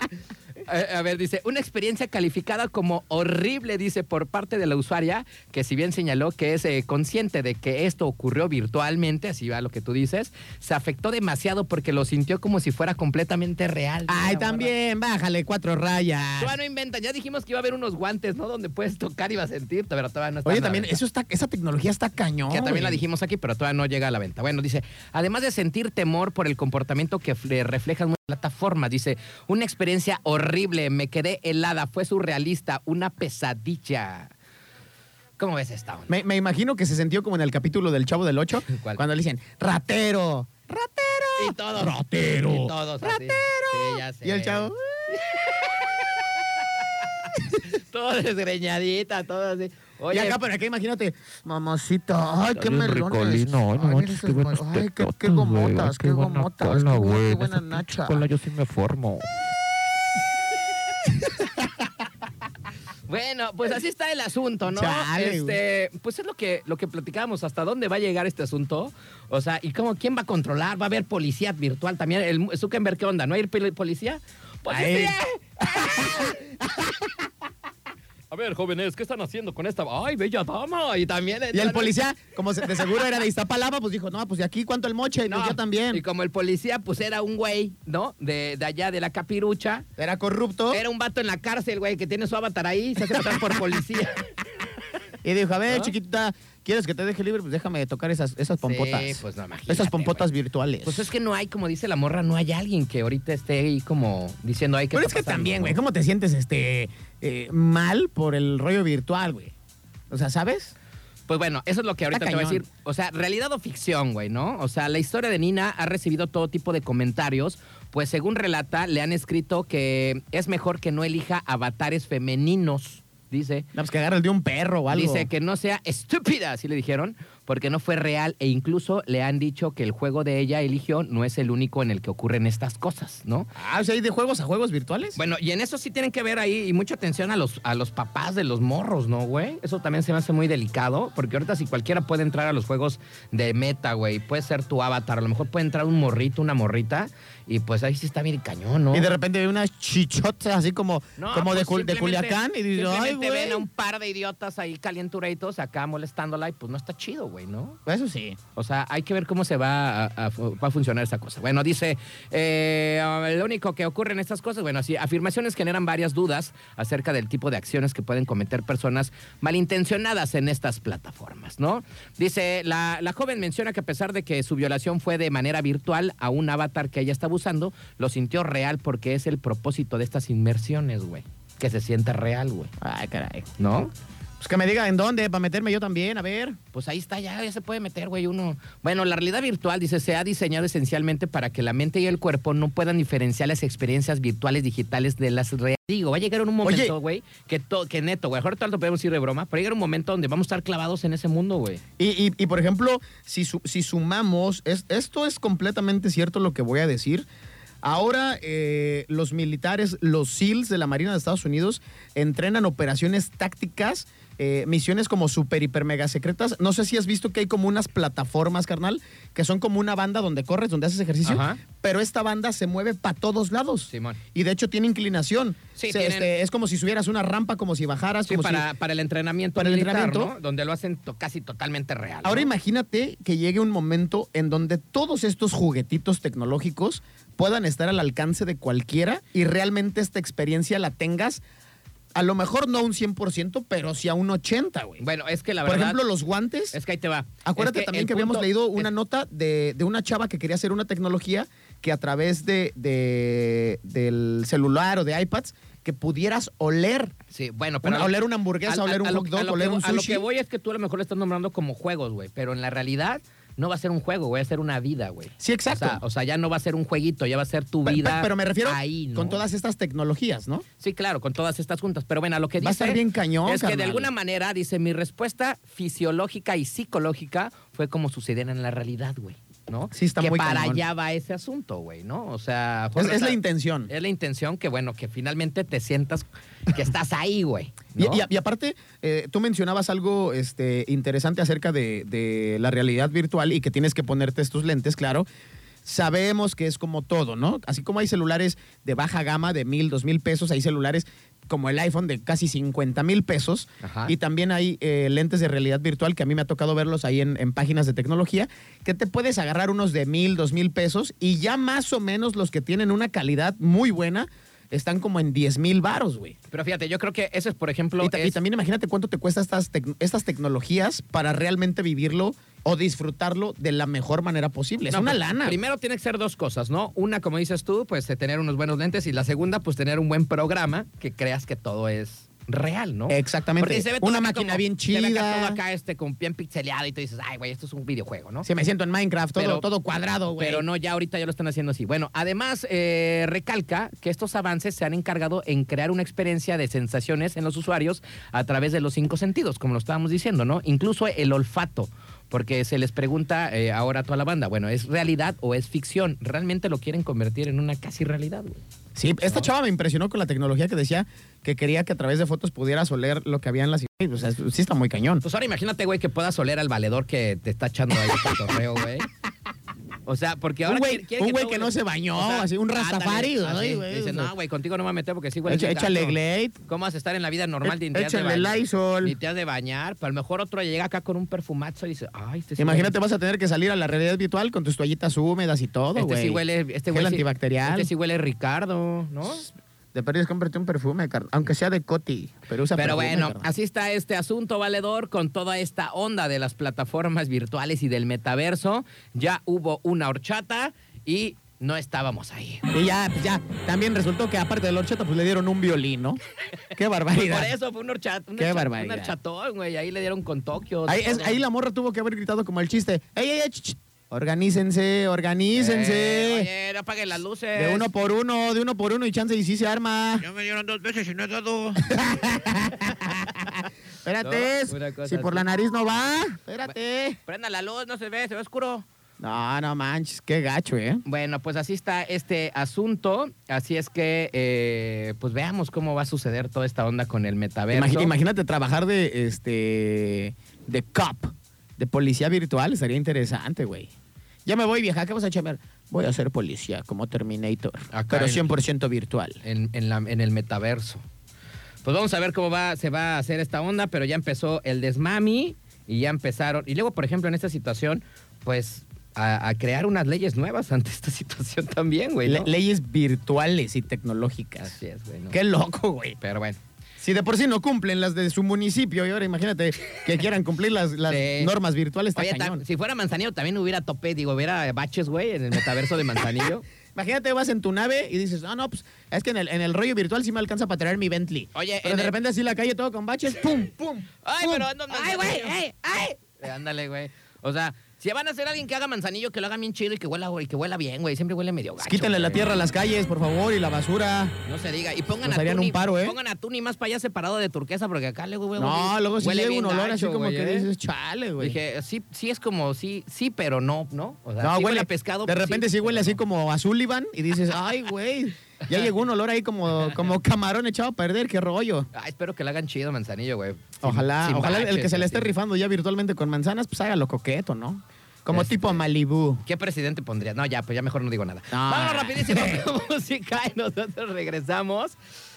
Speaker 2: A a ver, dice, una experiencia calificada como horrible, dice, por parte de la usuaria, que si bien señaló que es eh, consciente de que esto ocurrió virtualmente, así va lo que tú dices, se afectó demasiado porque lo sintió como si fuera completamente real.
Speaker 1: Ay,
Speaker 2: La
Speaker 1: también, bájale cuatro rayas.
Speaker 2: morra. Todavía no inventan, ya dijimos que iba a haber unos guantes, ¿no? Donde puedes tocar y vas a sentir, pero todavía no está
Speaker 1: Oye,
Speaker 2: en la
Speaker 1: también,
Speaker 2: venta.
Speaker 1: eso está, esa tecnología está cañón.
Speaker 2: Que también la
Speaker 1: güey.
Speaker 2: dijimos aquí, pero todavía no llega a la venta. Bueno, dice, además de sentir temor por el comportamiento que fle- reflejan muchas plataformas, dice, una experiencia horrible, me quedé helada, fue surrealista, una pesadilla. ¿Cómo ves esta onda?
Speaker 1: Me, me imagino que se sintió como en el capítulo del Chavo del Ocho,
Speaker 2: ¿Cuál?
Speaker 1: cuando le dicen, ratero, ratero.
Speaker 2: Y todos.
Speaker 1: Ratero.
Speaker 2: Y todos. así.
Speaker 1: Ratero.
Speaker 2: Sí, ya sé.
Speaker 1: Y el chavo,
Speaker 2: Todo desgreñadita, todo así.
Speaker 1: y
Speaker 2: Oye,
Speaker 1: acá, pero acá imagínate, mamacita, ay, qué
Speaker 5: Ay, un
Speaker 1: melones.
Speaker 5: ricolino, ay, no
Speaker 1: Ay,
Speaker 5: manches,
Speaker 1: esas
Speaker 5: qué buenos
Speaker 1: ma- ay, qué,
Speaker 5: tetotes,
Speaker 1: qué
Speaker 5: güey, ay,
Speaker 1: gomotas,
Speaker 5: qué
Speaker 1: qué
Speaker 5: buena
Speaker 1: gomotas,
Speaker 5: cola,
Speaker 1: qué, bu-
Speaker 5: güey,
Speaker 1: qué
Speaker 5: en
Speaker 1: buena
Speaker 5: esa pinche
Speaker 1: nacha.
Speaker 5: cola yo sí me formo.
Speaker 2: Bueno, pues así está el asunto, ¿no?
Speaker 1: Chale,
Speaker 2: este, pues es lo que, lo que platicábamos, hasta dónde va a llegar este asunto. O sea, ¿y cómo quién va a controlar? ¿Va a haber policía virtual también? El Zuckerberg, ¡Pues eh! ¿qué onda? ¿No hay pil- policía? ¡Policía! A ver, jóvenes, ¿qué están haciendo con esta? ¡Ay, bella dama! Y también.
Speaker 1: Y el policía, como se- de seguro era de Iztapalapa, pues dijo, no, pues de aquí cuánto el moche, y
Speaker 2: No.
Speaker 1: pues yo
Speaker 2: Y
Speaker 1: también.
Speaker 2: como el policía, pues era un güey, ¿no? De, de allá, de la capirucha.
Speaker 1: Era corrupto.
Speaker 2: Era un vato en la cárcel, güey, que tiene su avatar ahí, se hace pasar por policía.
Speaker 1: Y dijo, a ver,
Speaker 2: ¿Ah?
Speaker 1: chiquitita, ¿quieres que te deje libre? Pues déjame tocar esas, esas pompotas.
Speaker 2: Sí, pues no, imagínate,
Speaker 1: esas pompotas
Speaker 2: güey.
Speaker 1: virtuales.
Speaker 2: Pues es que no hay, como dice la morra, no hay alguien que ahorita esté ahí como diciendo, ay, que
Speaker 1: Pero es que también, güey, ¿cómo te sientes este eh, mal por el rollo virtual, güey? O sea, ¿sabes?
Speaker 2: Pues bueno, eso es lo que ahorita
Speaker 1: Está
Speaker 2: te voy a
Speaker 1: cañón.
Speaker 2: decir. O sea, realidad o ficción, güey, ¿no? O sea, la historia de Nina ha recibido todo tipo de comentarios. Pues según relata, le han escrito que es mejor que no elija avatares femeninos, dice.
Speaker 1: No, pues que agarra el de un perro o algo.
Speaker 2: Dice que no sea estúpida, así le dijeron, porque no fue real e incluso le han dicho que el juego de ella eligió no es el único en el que ocurren estas cosas, ¿no?
Speaker 1: Ah, o sea, ¿hay de juegos a juegos virtuales?
Speaker 2: Bueno, y en eso sí tienen que ver ahí y mucha atención a los, a los papás de los morros, ¿no, güey? Eso también se me hace muy delicado, porque ahorita si cualquiera puede entrar a los juegos de meta, güey, puede ser tu avatar, a lo mejor puede entrar un morrito, una morrita, y pues ahí sí está bien cañón, ¿no?
Speaker 1: Y de repente ve unas chichotas así como,
Speaker 2: No,
Speaker 1: como de,
Speaker 2: pues,
Speaker 1: Jul- de
Speaker 2: simplemente-
Speaker 1: Culiacán y dice, ay,
Speaker 2: simplemente
Speaker 1: güey.
Speaker 2: ven a un par de idiotas ahí calienturitos acá molestándola y pues no está chido, güey, ¿no?
Speaker 1: Eso sí.
Speaker 2: O sea, hay que ver cómo se va a, a- va a funcionar esta cosa. Bueno, dice, eh, lo único que ocurre en estas cosas, bueno, sí, afirmaciones generan varias dudas acerca del tipo de acciones que pueden cometer personas malintencionadas en estas plataformas, ¿no? Dice, la, la joven menciona que a pesar de que su violación fue de manera virtual a un avatar que ella estaba usando, lo sintió real porque es el propósito de estas inmersiones, güey. Que se sienta real, güey.
Speaker 1: Ay, caray.
Speaker 2: ¿No?
Speaker 1: Pues que me diga en dónde, para meterme yo también, a ver.
Speaker 2: Pues ahí está, ya, ya se puede meter, güey, uno. Bueno, la realidad virtual, dice, se ha diseñado esencialmente para que la mente y el cuerpo no puedan diferenciar las experiencias virtuales digitales de las reales. Digo, va a llegar un momento,
Speaker 1: Oye.
Speaker 2: güey, que, to- que neto, güey, ahorita lo podemos ir de broma, pero llega un momento donde vamos a estar clavados en ese mundo, güey.
Speaker 1: Y, y- y, por ejemplo, si, su- si sumamos, es- esto es completamente cierto lo que voy a decir. Ahora eh, los militares, los SEALs de la Marina de Estados Unidos, entrenan operaciones tácticas, eh, misiones como super, hiper, mega secretas. No sé si has visto que hay como unas plataformas, carnal, que son como una banda donde corres, donde haces ejercicio,
Speaker 2: Ajá.
Speaker 1: pero esta banda se mueve para todos lados.
Speaker 2: Simón.
Speaker 1: Y de hecho tiene inclinación.
Speaker 2: Sí,
Speaker 1: Se-
Speaker 2: tienen-
Speaker 1: este, es como si subieras una rampa, como si bajaras.
Speaker 2: Sí,
Speaker 1: como si-
Speaker 2: para, para el entrenamiento
Speaker 1: Para el
Speaker 2: militar,
Speaker 1: entrenamiento.
Speaker 2: ¿no? Donde lo hacen to- casi totalmente real.
Speaker 1: Ahora
Speaker 2: ¿no?
Speaker 1: imagínate que llegue un momento en donde todos estos juguetitos tecnológicos puedan estar al alcance de cualquiera y realmente esta experiencia la tengas, a lo mejor no a un 100%, pero sí a un 80, güey.
Speaker 2: Bueno, es que la
Speaker 1: Por
Speaker 2: verdad...
Speaker 1: ejemplo, los guantes.
Speaker 2: Es que ahí te va.
Speaker 1: Acuérdate
Speaker 2: Es
Speaker 1: también
Speaker 2: el
Speaker 1: que habíamos
Speaker 2: punto-
Speaker 1: leído una
Speaker 2: es-
Speaker 1: nota de, de una chava que quería hacer una tecnología que a través de, de- del celular o de iPads que pudieras oler.
Speaker 2: Sí, bueno, pero.
Speaker 1: Una- oler una hamburguesa, oler un
Speaker 2: lo-
Speaker 1: hot dog,
Speaker 2: lo
Speaker 1: oler
Speaker 2: que-
Speaker 1: un
Speaker 2: A lo
Speaker 1: sushi.
Speaker 2: que voy es que tú a lo mejor lo estás nombrando como juegos, güey. Pero en la realidad no va a ser un juego, güey. Va a ser una vida, güey.
Speaker 1: Sí, exacto.
Speaker 2: O sea, o sea, ya no va a ser un jueguito, ya va a ser tu
Speaker 1: Pe- pe-
Speaker 2: vida.
Speaker 1: pero, me refiero
Speaker 2: ahí, ¿no?
Speaker 1: con todas estas tecnologías, ¿no?
Speaker 2: Sí, claro, con todas estas juntas. Pero bueno, a lo que dice.
Speaker 1: Va a estar bien cañón,
Speaker 2: Es que de
Speaker 1: carnal.
Speaker 2: alguna manera, dice, mi respuesta fisiológica y psicológica fue como sucediera en la realidad, güey. ¿No?
Speaker 1: Sí, está
Speaker 2: que
Speaker 1: muy
Speaker 2: para
Speaker 1: cañón.
Speaker 2: allá va ese asunto, güey, ¿no? O sea.
Speaker 1: Es,
Speaker 2: Jorge,
Speaker 1: es
Speaker 2: o
Speaker 1: la
Speaker 2: sea,
Speaker 1: intención.
Speaker 2: Es la intención que, bueno, que finalmente te sientas que estás ahí, güey.
Speaker 1: Y,
Speaker 2: ¿no?
Speaker 1: y- y aparte, eh, tú mencionabas algo este, interesante acerca de, de la realidad virtual y que tienes que ponerte estos lentes, claro. Sabemos que es como todo, ¿no? Así como hay celulares de baja gama de mil, dos mil pesos, hay celulares como el iPhone de casi 50 mil pesos.
Speaker 2: Ajá.
Speaker 1: Y también hay eh, lentes de realidad virtual que a mí me ha tocado verlos ahí en, en páginas de tecnología, que te puedes agarrar unos de mil, dos mil pesos y ya más o menos los que tienen una calidad muy buena están como en 10 mil varos, güey.
Speaker 2: Pero fíjate, yo creo que eso es, por ejemplo.
Speaker 1: Y, ta- y
Speaker 2: es-
Speaker 1: también imagínate cuánto te cuesta estas, tec- estas tecnologías para realmente vivirlo o disfrutarlo de la mejor manera posible. Es
Speaker 2: No,
Speaker 1: una
Speaker 2: pues,
Speaker 1: lana.
Speaker 2: Primero tiene que ser dos cosas, ¿no? Una, como dices tú, pues de tener unos buenos lentes. Y la segunda, pues tener un buen programa que creas que todo es real, ¿no?
Speaker 1: Exactamente.
Speaker 2: Porque se ve todo
Speaker 1: una
Speaker 2: acá
Speaker 1: máquina
Speaker 2: como-
Speaker 1: bien
Speaker 2: Se ve acá
Speaker 1: chida.
Speaker 2: todo acá este, con bien pixeleado y tú dices, ay, güey, esto es un videojuego, ¿no?
Speaker 1: Se me siento en Minecraft, todo,
Speaker 2: Pero-
Speaker 1: todo cuadrado, güey.
Speaker 2: Pero no, ya ahorita ya lo están haciendo así. Bueno, además eh, recalca que estos avances se han encargado en crear una experiencia de sensaciones en los usuarios a través de los cinco sentidos, como lo estábamos diciendo, ¿no? Incluso el olfato. Porque se les pregunta eh, ahora a toda la banda, bueno, ¿es realidad o es ficción? Realmente lo quieren convertir en una casi realidad, güey.
Speaker 1: Sí, esta chava me impresionó con la tecnología que decía que quería que a través de fotos pudieras oler lo que había en las... imágenes. O sea, es- sí está muy cañón.
Speaker 2: Pues ahora imagínate, güey, que puedas oler al valedor que te está echando ahí el cotorreo, güey. O sea, porque ahora...
Speaker 1: Un güey-
Speaker 2: quiere- quiere
Speaker 1: un güey
Speaker 2: todo
Speaker 1: que
Speaker 2: le-
Speaker 1: no se bañó, así, un
Speaker 2: ándale,
Speaker 1: rastafari,
Speaker 2: así.
Speaker 1: ay, güey,
Speaker 2: Dice,
Speaker 1: o sea.
Speaker 2: no, güey, contigo no me voy a meter porque sí, güey.
Speaker 1: Echa- Échale Glade.
Speaker 2: ¿Cómo vas a estar en la vida normal de
Speaker 1: Eh,
Speaker 2: ni te has de
Speaker 1: échale
Speaker 2: bañar?
Speaker 1: Lysol.
Speaker 2: Ni te has de bañar. Pero a lo mejor otro llega acá con un perfumazo y dice, ay, este sí
Speaker 1: Imagínate,
Speaker 2: huele-
Speaker 1: vas a tener que salir a la realidad virtual con tus toallitas húmedas y todo, güey.
Speaker 2: Este sí huele...
Speaker 1: Gel
Speaker 2: Este güey sí-
Speaker 1: antibacterial.
Speaker 2: Este sí huele Ricardo, ¿no?
Speaker 1: De perdiz, cómprate un perfume, car- aunque sea de Coti. Pero usa
Speaker 2: Pero
Speaker 1: perfume,
Speaker 2: bueno,
Speaker 1: carnal.
Speaker 2: así está este asunto valedor con toda esta onda de las plataformas virtuales y del metaverso. Ya hubo una horchata y no estábamos ahí.
Speaker 1: Y ya, pues ya, también resultó que aparte del horchata, pues le dieron un violín, ¿no? Qué
Speaker 2: Pues
Speaker 1: barbaridad.
Speaker 2: por eso fue un horchata, un
Speaker 1: Qué
Speaker 2: horchata-
Speaker 1: barbaridad.
Speaker 2: un horchatón, güey. Ahí le dieron con Tokio.
Speaker 1: Ahí, es-
Speaker 2: todo.
Speaker 1: ahí la morra tuvo que haber gritado como el chiste. ¡Ey, ey, ey! ch, ch! Organícense,
Speaker 2: Eh,
Speaker 1: organícense.
Speaker 2: oye, no apaguen las luces.
Speaker 1: de uno por uno, de uno por uno y chance y sí se arma.
Speaker 5: Ya me dieron dos veces y no he dado.
Speaker 1: Espérate,
Speaker 2: No, una cosa
Speaker 1: si por
Speaker 2: así.
Speaker 1: la nariz no va, espérate.
Speaker 2: Prenda la luz, no se ve, se ve oscuro.
Speaker 1: No, no manches, qué gacho, ¿eh?
Speaker 2: Bueno, pues así está este asunto. Así es que, eh, pues veamos cómo va a suceder toda esta onda con el metaverso.
Speaker 1: Imagi- imagínate trabajar de este de cop, de policía virtual, estaría interesante, güey. Ya me voy, vieja, ¿qué vas a chamar? Voy a ser policía como Terminator,
Speaker 2: Acá
Speaker 1: pero
Speaker 2: en-
Speaker 1: 100% virtual.
Speaker 2: en, en la- en el metaverso. Pues vamos a ver cómo va, se va a hacer esta onda, pero ya empezó el desmami y ya empezaron. Y luego, por ejemplo, en esta situación, pues a, a crear unas leyes nuevas ante esta situación también, güey. ¿no?
Speaker 1: Le- leyes virtuales y tecnológicas.
Speaker 2: Así es, güey. ¿no?
Speaker 1: Qué loco, güey.
Speaker 2: Pero bueno.
Speaker 1: Si de por sí no cumplen las de su municipio y ahora imagínate que quieran cumplir las, las
Speaker 2: Sí.
Speaker 1: normas virtuales. está
Speaker 2: Oye, ta-
Speaker 1: cañón.
Speaker 2: si fuera Manzanillo también hubiera tope, digo, hubiera baches, güey, en el metaverso de Manzanillo.
Speaker 1: Imagínate, vas en tu nave y dices, ah, no, pues es que en el, en el rollo virtual sí me alcanza para traer mi Bentley.
Speaker 2: Oye,
Speaker 1: pero
Speaker 2: en
Speaker 1: de
Speaker 2: el-
Speaker 1: repente así la calle todo con baches, pum, pum.
Speaker 2: ¡Ay,
Speaker 1: pum.
Speaker 2: pero ando en
Speaker 4: ¡Ay, güey!
Speaker 2: Manzanillo!
Speaker 4: ¡Ay, ay!
Speaker 2: Eh, Ándale, güey. O sea, si van a hacer alguien que haga manzanillo, que lo haga bien chido y que huela, güey, que huela bien, güey. Siempre huele medio gacho.
Speaker 1: Quítenle la
Speaker 2: güey.
Speaker 1: tierra a las calles, por favor, y la basura.
Speaker 2: No se diga. Y pongan
Speaker 1: Nos
Speaker 2: a
Speaker 1: harían
Speaker 2: Tuni,
Speaker 1: un paro, ¿eh?
Speaker 2: pongan a Tuni más para allá separado de turquesa, porque acá luego, güey,
Speaker 1: No,
Speaker 2: huele-
Speaker 1: luego sí
Speaker 2: huele
Speaker 1: llega
Speaker 2: bien
Speaker 1: un olor así
Speaker 2: gacho,
Speaker 1: como
Speaker 2: güey,
Speaker 1: que
Speaker 2: ¿eh?
Speaker 1: dices, chale, güey.
Speaker 2: Dije, sí, sí es como, sí, sí, pero no, ¿no? O sea, sí a pescado.
Speaker 1: De
Speaker 2: pues
Speaker 1: repente sí, huele
Speaker 2: pero
Speaker 1: así
Speaker 2: no.
Speaker 1: como a Sullivan y dices, ay, güey, ya llegó un olor ahí como, como camarón echado a perder, qué rollo.
Speaker 2: Ah, espero que la hagan chido, manzanillo, güey. Sin-
Speaker 1: Ojalá,
Speaker 2: sin
Speaker 1: ojalá el
Speaker 2: baches,
Speaker 1: que se le esté
Speaker 2: así.
Speaker 1: rifando ya virtualmente con manzanas, pues hágalo coqueto, ¿no? Como
Speaker 2: Este-
Speaker 1: tipo Malibú.
Speaker 2: ¿Qué presidente pondría? No, ya, pues ya mejor no digo nada.
Speaker 1: Ah.
Speaker 2: Vámonos rapidísimo con música y nosotros regresamos.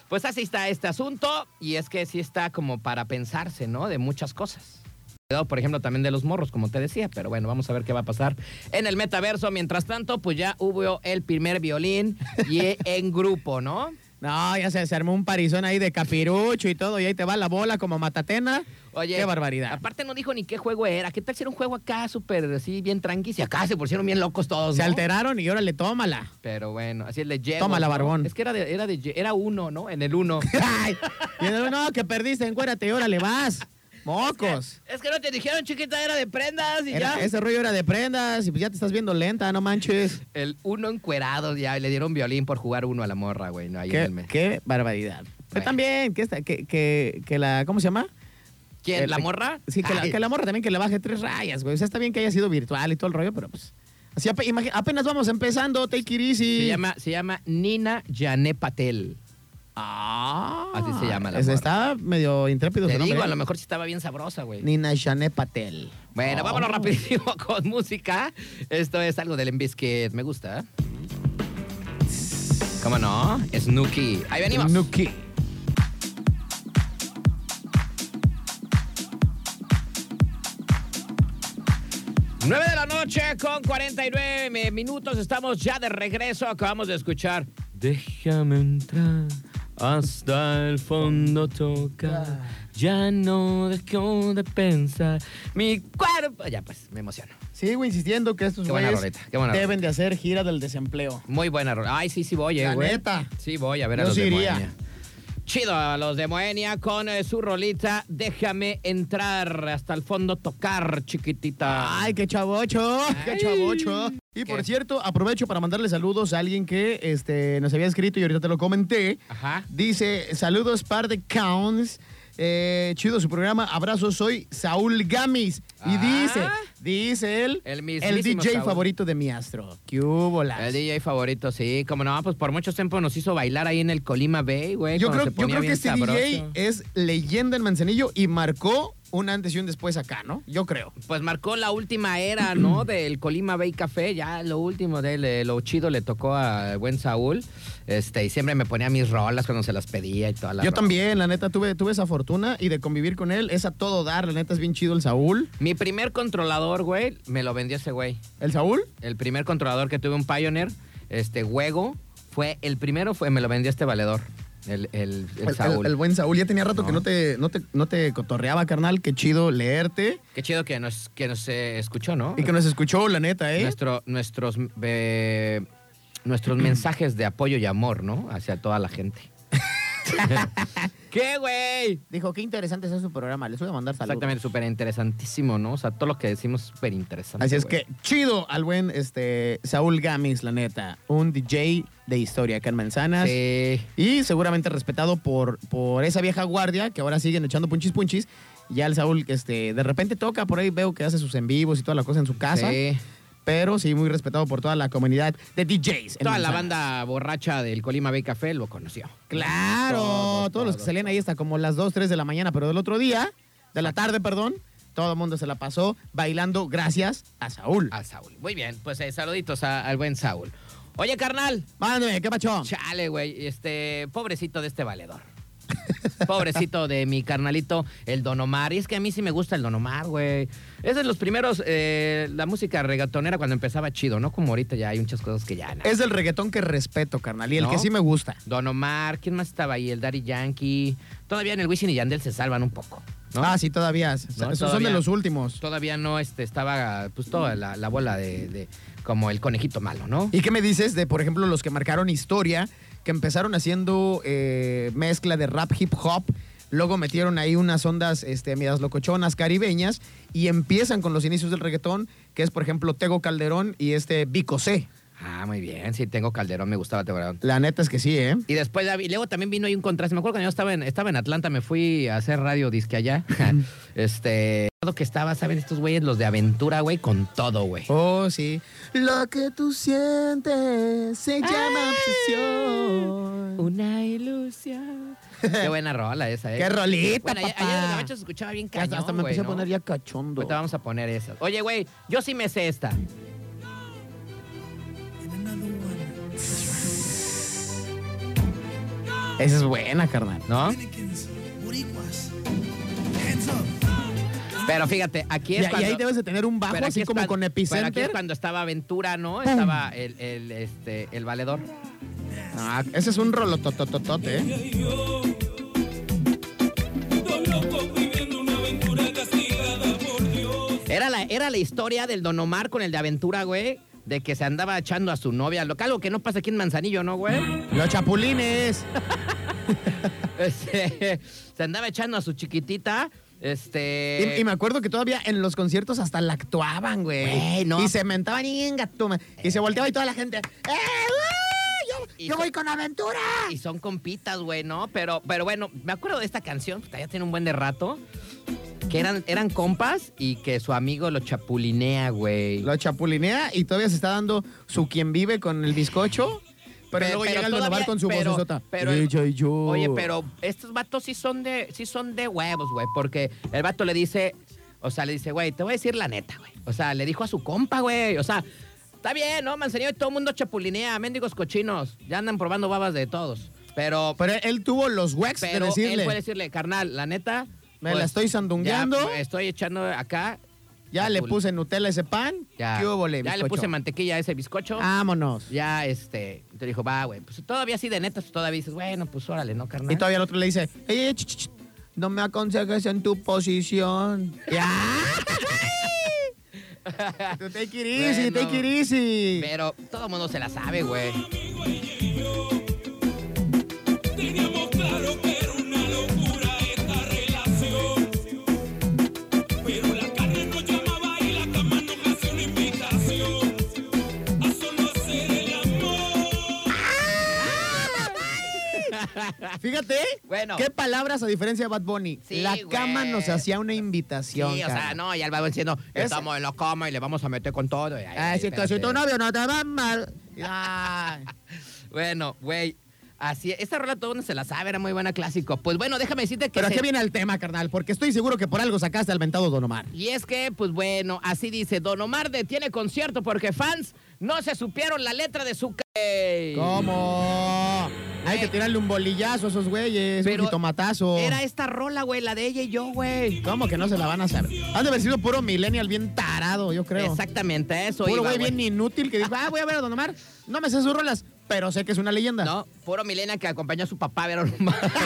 Speaker 2: Pues así está este asunto y es que sí está como para pensarse, ¿no? De muchas cosas. Cuidado, Por ejemplo, también de los morros, como te decía, pero bueno, vamos a ver qué va a pasar en el metaverso. Mientras tanto, pues ya hubo el primer violín y e- en grupo, ¿no?
Speaker 1: No, ya se, se armó un parizón ahí de capirucho y todo, y ahí te va la bola como matatena.
Speaker 2: Oye,
Speaker 1: Qué barbaridad.
Speaker 2: Aparte no dijo ni qué juego era. ¿Qué tal si era un juego acá súper así, bien tranqui? Y acá se pusieron bien locos todos,
Speaker 1: Se
Speaker 2: ¿no?
Speaker 1: alteraron y órale, tómala.
Speaker 2: Pero bueno, así es de Yegos.
Speaker 1: Tómala,
Speaker 2: ¿no?
Speaker 1: barbón.
Speaker 2: Es que era de, era de Ye- era uno, ¿no? En el uno.
Speaker 1: Ay, y no, no, que perdiste, encuérate, órale, vas. Mocos.
Speaker 2: es que no te dijeron, chiquita, era de prendas y
Speaker 1: Era-
Speaker 2: ya.
Speaker 1: ese rollo era de prendas y pues ya te estás viendo lenta, no manches.
Speaker 2: El uno encuerado, ya y le dieron violín por jugar uno a la morra, güey. No, ahí en el
Speaker 1: Qué,
Speaker 2: mes.
Speaker 1: qué barbaridad. Pero
Speaker 2: Bueno.
Speaker 1: también, que, esta, que, que, que la, ¿cómo se llama?
Speaker 2: ¿Quién?
Speaker 1: El-
Speaker 2: ¿La morra?
Speaker 1: Sí, que la,
Speaker 2: Ay,
Speaker 1: que la morra también que le baje tres rayas, güey. O sea, está bien que haya sido virtual y todo el rollo, pero pues. Así ape- imagi- apenas vamos empezando, take it easy.
Speaker 2: se, llama, se llama Nina Jané Patel.
Speaker 1: Ah.
Speaker 2: Así se llama la
Speaker 1: Es-
Speaker 2: morra.
Speaker 1: Está medio intrépido
Speaker 2: Te
Speaker 1: su nombre,
Speaker 2: digo, a
Speaker 1: ¿eh?
Speaker 2: lo mejor sí estaba bien sabrosa, güey.
Speaker 1: Nina Shane Patel.
Speaker 2: Bueno,
Speaker 1: Oh.
Speaker 2: vámonos rapidísimo con música. Esto es algo del Embiscuit. Me gusta. ¿eh? ¿Cómo no? Snooki. Ahí venimos.
Speaker 1: Nuki.
Speaker 2: Nueve de la noche con 49 minutos. Estamos ya de regreso. Acabamos de escuchar. Déjame entrar hasta el fondo tocar. Ya no dejo de pensar. Mi cuerpo. Ya pues, me emociono.
Speaker 1: Sigo insistiendo que estos
Speaker 2: Qué buena
Speaker 1: güeyes
Speaker 2: roleta, qué buena
Speaker 1: deben de hacer gira del desempleo.
Speaker 2: Muy buena rola. Ay, sí, sí voy, eh,
Speaker 1: La
Speaker 2: güey.
Speaker 1: neta.
Speaker 2: Sí voy a ver a
Speaker 1: Yo
Speaker 2: los
Speaker 1: sí
Speaker 2: de
Speaker 1: iría.
Speaker 2: Moenia. Chido a los de Moenia con eh, su rolita. Déjame entrar hasta el fondo tocar, chiquitita.
Speaker 1: Ay, qué chavocho, qué chavocho. Y por
Speaker 2: ¿Qué?
Speaker 1: cierto, aprovecho para mandarle saludos a alguien que este, nos había escrito y ahorita te lo comenté.
Speaker 2: Ajá.
Speaker 1: Dice, saludos par de counts. Eh, chido su programa, abrazos, soy Saúl Gamis. Y
Speaker 2: Ah.
Speaker 1: dice, dice él,
Speaker 2: El mismísimo
Speaker 1: el DJ
Speaker 2: Saúl.
Speaker 1: favorito de mi astro. ¿Qué hubo, las?
Speaker 2: El DJ favorito, sí. Como no, pues por mucho tiempo nos hizo bailar ahí en el Colima Bay, güey.
Speaker 1: Yo
Speaker 2: cuando
Speaker 1: creo,
Speaker 2: se
Speaker 1: yo
Speaker 2: ponía
Speaker 1: creo que
Speaker 2: bien
Speaker 1: este
Speaker 2: sabroso.
Speaker 1: DJ es leyenda en Manzanillo y marcó un antes y un después acá, ¿no? Yo creo.
Speaker 2: Pues marcó la última era, ¿no? Del Colima Bay Café, ya lo último de él, eh, lo chido le tocó a buen Saúl. Este, y siempre me ponía mis rolas cuando se las pedía y toda la
Speaker 1: Yo
Speaker 2: rola.
Speaker 1: también, la neta, tuve, tuve esa fortuna y de convivir con él es a todo dar. La neta es bien chido el Saúl.
Speaker 2: Mi primer controlador, güey, me lo vendió ese güey.
Speaker 1: ¿El Saúl?
Speaker 2: El primer controlador que tuve, un Pioneer, este, Huego, fue, el primero fue, me lo vendió este valedor, el, el, el
Speaker 1: El,
Speaker 2: Saúl.
Speaker 1: el- el buen Saúl. Ya tenía rato
Speaker 2: No.
Speaker 1: que no te, no, te, no te cotorreaba, carnal. Qué chido leerte
Speaker 2: Qué chido que nos, que nos eh, escuchó, ¿no?
Speaker 1: y que nos escuchó, la neta, ¿eh?
Speaker 2: Nuestro- nuestros eh, nuestros mensajes de apoyo y amor, ¿no? Hacia toda la gente. ¿Qué, güey?
Speaker 4: Dijo, qué interesante es su programa. Les voy a mandar saludos.
Speaker 2: Exactamente, súper interesantísimo, ¿no? O sea, todo lo que decimos es súper interesante.
Speaker 1: Así es
Speaker 2: güey.
Speaker 1: que chido al buen este, Saúl Gamis, la neta. Un DJ de historia acá en Manzanas.
Speaker 2: Sí.
Speaker 1: Y seguramente respetado por, por esa vieja guardia que ahora siguen echando punchis punchis. Ya el Saúl, este, de repente toca por ahí, veo que hace sus en vivos y toda la cosa en su casa.
Speaker 2: sí.
Speaker 1: Pero sí, muy respetado por toda la comunidad de DJs. en
Speaker 2: Toda la
Speaker 1: Manzanas.
Speaker 2: banda borracha del Colima Bay Café lo conoció.
Speaker 1: Claro, todos, los que salían ahí hasta como las 2, 3 de la mañana, pero del otro día, de la tarde, perdón, todo el mundo se la pasó bailando gracias a Saúl.
Speaker 2: A Saúl. Muy bien, pues eh, saluditos a- al buen Saúl. Oye, carnal.
Speaker 1: Mándame, ¿qué pacho?
Speaker 2: Chale, güey. Este, pobrecito de este valedor. Pobrecito de mi carnalito, el Don Omar. Y es que a mí sí me gusta el Don Omar, güey. Es de los primeros, eh, la música reggaetonera cuando empezaba chido, ¿no? Como ahorita ya hay muchas cosas que ya... na-
Speaker 1: Es del reggaetón que respeto, carnal, y el
Speaker 2: ¿No?
Speaker 1: que sí me gusta.
Speaker 2: Don Omar, ¿quién más estaba ahí? El Daddy Yankee. Todavía en el Wisin y Yandel se salvan un poco, ¿no?
Speaker 1: Ah, sí, todavía. Esos Son
Speaker 2: todavía.
Speaker 1: de los últimos.
Speaker 2: Todavía no este, estaba, pues, toda la, la bola de, de- como el conejito malo, ¿no?
Speaker 1: ¿Y qué me dices de, por ejemplo, los que marcaron historia, que empezaron haciendo eh, mezcla de rap hip hop? Luego metieron ahí unas ondas este, medias locochonas caribeñas y empiezan con los inicios del reggaetón, que es, por ejemplo, Tego Calderón y este Vico C.
Speaker 2: Ah, muy bien. Sí, tengo Calderón, me gustaba Teo Calderón.
Speaker 1: La neta es que sí, ¿eh?
Speaker 2: Y después, ya vi- y luego también vino ahí un contraste. Me acuerdo cuando yo estaba en, estaba en Atlanta, me fui a hacer radio disque allá. este, me acuerdo que estaba, ¿saben? Estos güeyes, los de aventura, güey, con todo, güey.
Speaker 1: Oh, sí. Lo que tú sientes se llama obsesión.
Speaker 2: Una ilusión. Qué buena rola esa, ¿eh?
Speaker 1: ¡Qué rolita,
Speaker 2: Bueno, ayer, ayer en el gabacho se escuchaba bien cañón,
Speaker 1: hasta me
Speaker 2: güey,
Speaker 1: empecé
Speaker 2: ¿no?
Speaker 1: a poner ya cachondo.
Speaker 2: Ahorita vamos a poner esas. Oye, güey, yo sí me sé esta.
Speaker 1: Esa es buena, carnal.
Speaker 2: ¿No? Pero fíjate, aquí
Speaker 1: Y,
Speaker 2: es
Speaker 1: y
Speaker 2: cuando...
Speaker 1: ahí debes de tener un bajo
Speaker 2: pero aquí
Speaker 1: así
Speaker 2: es
Speaker 1: como
Speaker 2: cuando-
Speaker 1: con
Speaker 2: Pero aquí es
Speaker 1: epicenter.
Speaker 2: cuando estaba Aventura, ¿no? Estaba el, el, este, el valedor.
Speaker 1: Ah, ese es un rolototototote, ¿eh?
Speaker 2: Era la, era la historia del Don Omar con el de Aventura, güey. De que se andaba echando a su novia. Lo, algo que no pasa aquí en Manzanillo, ¿no, güey?
Speaker 1: Los chapulines.
Speaker 2: Este, se andaba echando a su chiquitita. Este.
Speaker 1: Y, y me acuerdo que todavía en los conciertos hasta la actuaban, güey.
Speaker 2: Güey, no.
Speaker 1: Y se mentaban y en gatuma. Y se volteaba y toda la gente. ¡Eh, güey!
Speaker 2: Y
Speaker 1: yo, yo
Speaker 2: se-
Speaker 1: voy con aventura!
Speaker 2: y son compitas, güey, ¿no? Pero, pero bueno, me acuerdo de esta canción, puta, ya tiene un buen de rato. Que eran, eran compas y que su amigo lo chapulinea, güey.
Speaker 1: Lo chapulinea y todavía se está dando su quien vive con el bizcocho. Pero,
Speaker 2: Pe-
Speaker 1: luego llega el
Speaker 2: todavía-
Speaker 1: Donovan con su
Speaker 2: pero-
Speaker 1: vocesota.
Speaker 2: pero el-
Speaker 1: Ella y yo.
Speaker 2: Oye, pero estos vatos sí son de, sí son de huevos, güey. Porque el vato le dice, o sea, le dice, güey, te voy a decir la neta, güey. O sea, le dijo a su compa, güey. O sea, está bien, ¿no? Manzanillo y todo el mundo chapulinea, mendigos cochinos. Ya andan probando babas de todos. Pero,
Speaker 1: Pero él tuvo los wex de
Speaker 2: pero
Speaker 1: decirle.
Speaker 2: él puede decirle, carnal, la neta. pues,
Speaker 1: Me la estoy sandungueando.
Speaker 2: ya, me estoy echando acá.
Speaker 1: Ya le
Speaker 2: chapul-
Speaker 1: puse Nutella a ese pan.
Speaker 2: Ya,
Speaker 1: ¿Qué hubo, le,
Speaker 2: ya le
Speaker 1: bizcocho? Ah,
Speaker 2: puse mantequilla a ese bizcocho.
Speaker 1: Vámonos.
Speaker 2: Ya, este, te dijo, va, güey. Pues todavía así de neta, pues, todavía dices, bueno, pues órale, ¿no, carnal?
Speaker 1: Y todavía el otro le dice, "Ey, ey, ch, ch, ch, no me aconsejes en tu posición. ¡Ya! take it easy,
Speaker 2: Bueno.
Speaker 1: take it easy.
Speaker 2: Pero todo el mundo se la sabe, güey.
Speaker 1: Fíjate,
Speaker 2: Bueno.
Speaker 1: qué palabras a diferencia de Bad Bunny.
Speaker 2: Sí,
Speaker 1: la cama
Speaker 2: güey.
Speaker 1: nos hacía una
Speaker 2: Sí,
Speaker 1: invitación.
Speaker 2: o sea,
Speaker 1: cara.
Speaker 2: no, ya el babo diciendo,
Speaker 1: Ese-
Speaker 2: estamos en la cama y le vamos a meter con todo.
Speaker 1: Ah,
Speaker 2: Y ahí,
Speaker 1: Así que
Speaker 2: espérate.
Speaker 1: si tu novio no te va mal. Ay.
Speaker 2: Bueno, güey, Así, esta rola todo mundo se la sabe, era muy buena clásico. Pues bueno, déjame decirte que.
Speaker 1: Pero
Speaker 2: se-
Speaker 1: aquí viene el tema, carnal, porque estoy seguro que por algo sacaste al ventado Don Omar.
Speaker 2: Y es que, pues bueno, así dice, Don Omar detiene concierto porque fans no se supieron la letra de su... ca- Ey.
Speaker 1: ¿Cómo? Hay que tirarle un bolillazo a esos güeyes,
Speaker 2: Pero
Speaker 1: un jitomatazo.
Speaker 2: Era esta rola, güey, la de ella y yo, güey.
Speaker 1: ¿Cómo que no se la van a saber? Han de haber sido puro millennial bien tarado, yo creo.
Speaker 2: Exactamente, a eso
Speaker 1: Puro
Speaker 2: iba,
Speaker 1: güey
Speaker 2: güey.
Speaker 1: bien inútil que dijo, ah, voy a ver a Don Omar. No me sé sus rolas, pero sé que es una leyenda.
Speaker 2: No, puro Milena que acompañó a su papá a ver a Don Omar.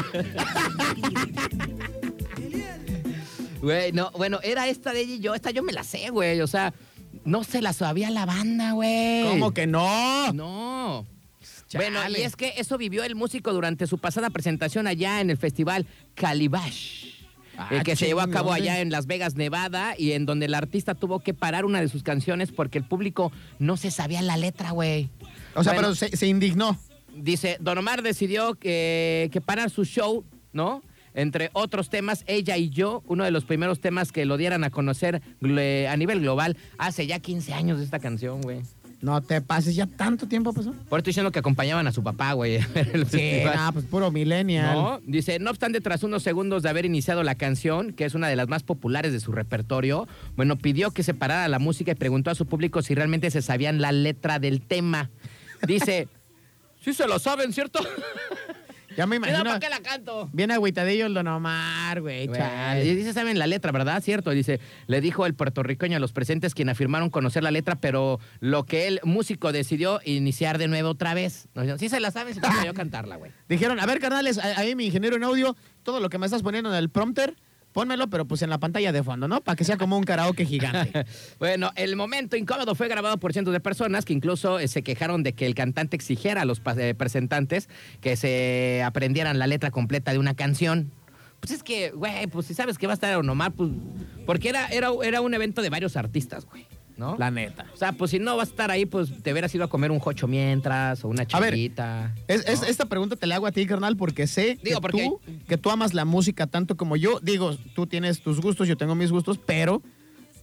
Speaker 2: Güey, no, bueno, era esta de ella y yo, esta yo me la sé, güey, o sea, no se la sabía la banda, güey.
Speaker 1: ¿Cómo que no?
Speaker 2: No.
Speaker 1: Chale.
Speaker 2: Bueno, y es que eso vivió el músico durante su pasada presentación allá en el festival Calibash.
Speaker 1: Ah,
Speaker 2: eh, que se llevó a
Speaker 1: chingón,
Speaker 2: cabo
Speaker 1: eh.
Speaker 2: allá en Las Vegas, Nevada, y en donde el artista tuvo que parar una de sus canciones porque el público no se sabía la letra, güey.
Speaker 1: O sea,
Speaker 2: Bueno,
Speaker 1: pero se, se indignó.
Speaker 2: Dice, Don Omar decidió que, que parar su show, ¿no? Entre otros temas, ella y yo, uno de los primeros temas que lo dieran a conocer gl- a nivel global, hace ya 15 años de esta canción, güey.
Speaker 1: No te pases, ya tanto tiempo pasó.
Speaker 2: Por eso estoy diciendo que acompañaban a su papá, güey. a ver el
Speaker 1: Sí,
Speaker 2: festival.
Speaker 1: no, pues puro millennial.
Speaker 2: No, dice, no obstante, tras unos segundos de haber iniciado la canción, que es una de las más populares de su repertorio, bueno, pidió que se parara la música y preguntó a su público si realmente se sabían la letra del tema. Dice, sí se lo saben, ¿cierto?
Speaker 1: Ya me
Speaker 2: Si no,
Speaker 1: imagino.
Speaker 2: ¿para qué la canto?
Speaker 1: Bien agüitadillo el Don Omar, güey, chale.
Speaker 2: Y dice, saben la letra, ¿verdad? Cierto, dice, le dijo el puertorriqueño a los presentes quien afirmaron conocer la letra, pero lo que el músico decidió iniciar de nuevo otra vez. Nos dijeron, Sí se la saben, se me yo cantarla, güey.
Speaker 1: Dijeron, a ver, carnales, a- ahí mi ingeniero en audio, todo lo que me estás poniendo en el prompter, pónmelo, pero pues en la pantalla de fondo, ¿no? Para que sea como un karaoke gigante.
Speaker 2: Bueno, el momento incómodo fue grabado por cientos de personas que incluso eh, se quejaron de que el cantante exigiera a los pa- eh, presentantes que se aprendieran la letra completa de una canción. Pues es que, güey, pues si sabes que va a estar Don Omar, pues. Porque era, era, era un evento de varios artistas, güey, ¿no?
Speaker 1: la neta.
Speaker 2: O sea, pues si no vas a estar ahí, pues te hubieras ido a comer un jocho mientras o una
Speaker 1: A ver,
Speaker 2: chavita.
Speaker 1: Es- es- Esta pregunta te la hago a ti, carnal, porque sé
Speaker 2: Digo,
Speaker 1: que,
Speaker 2: porque-
Speaker 1: Tú, que tú amas la música tanto como yo. Digo, tú tienes tus gustos, yo tengo mis gustos, pero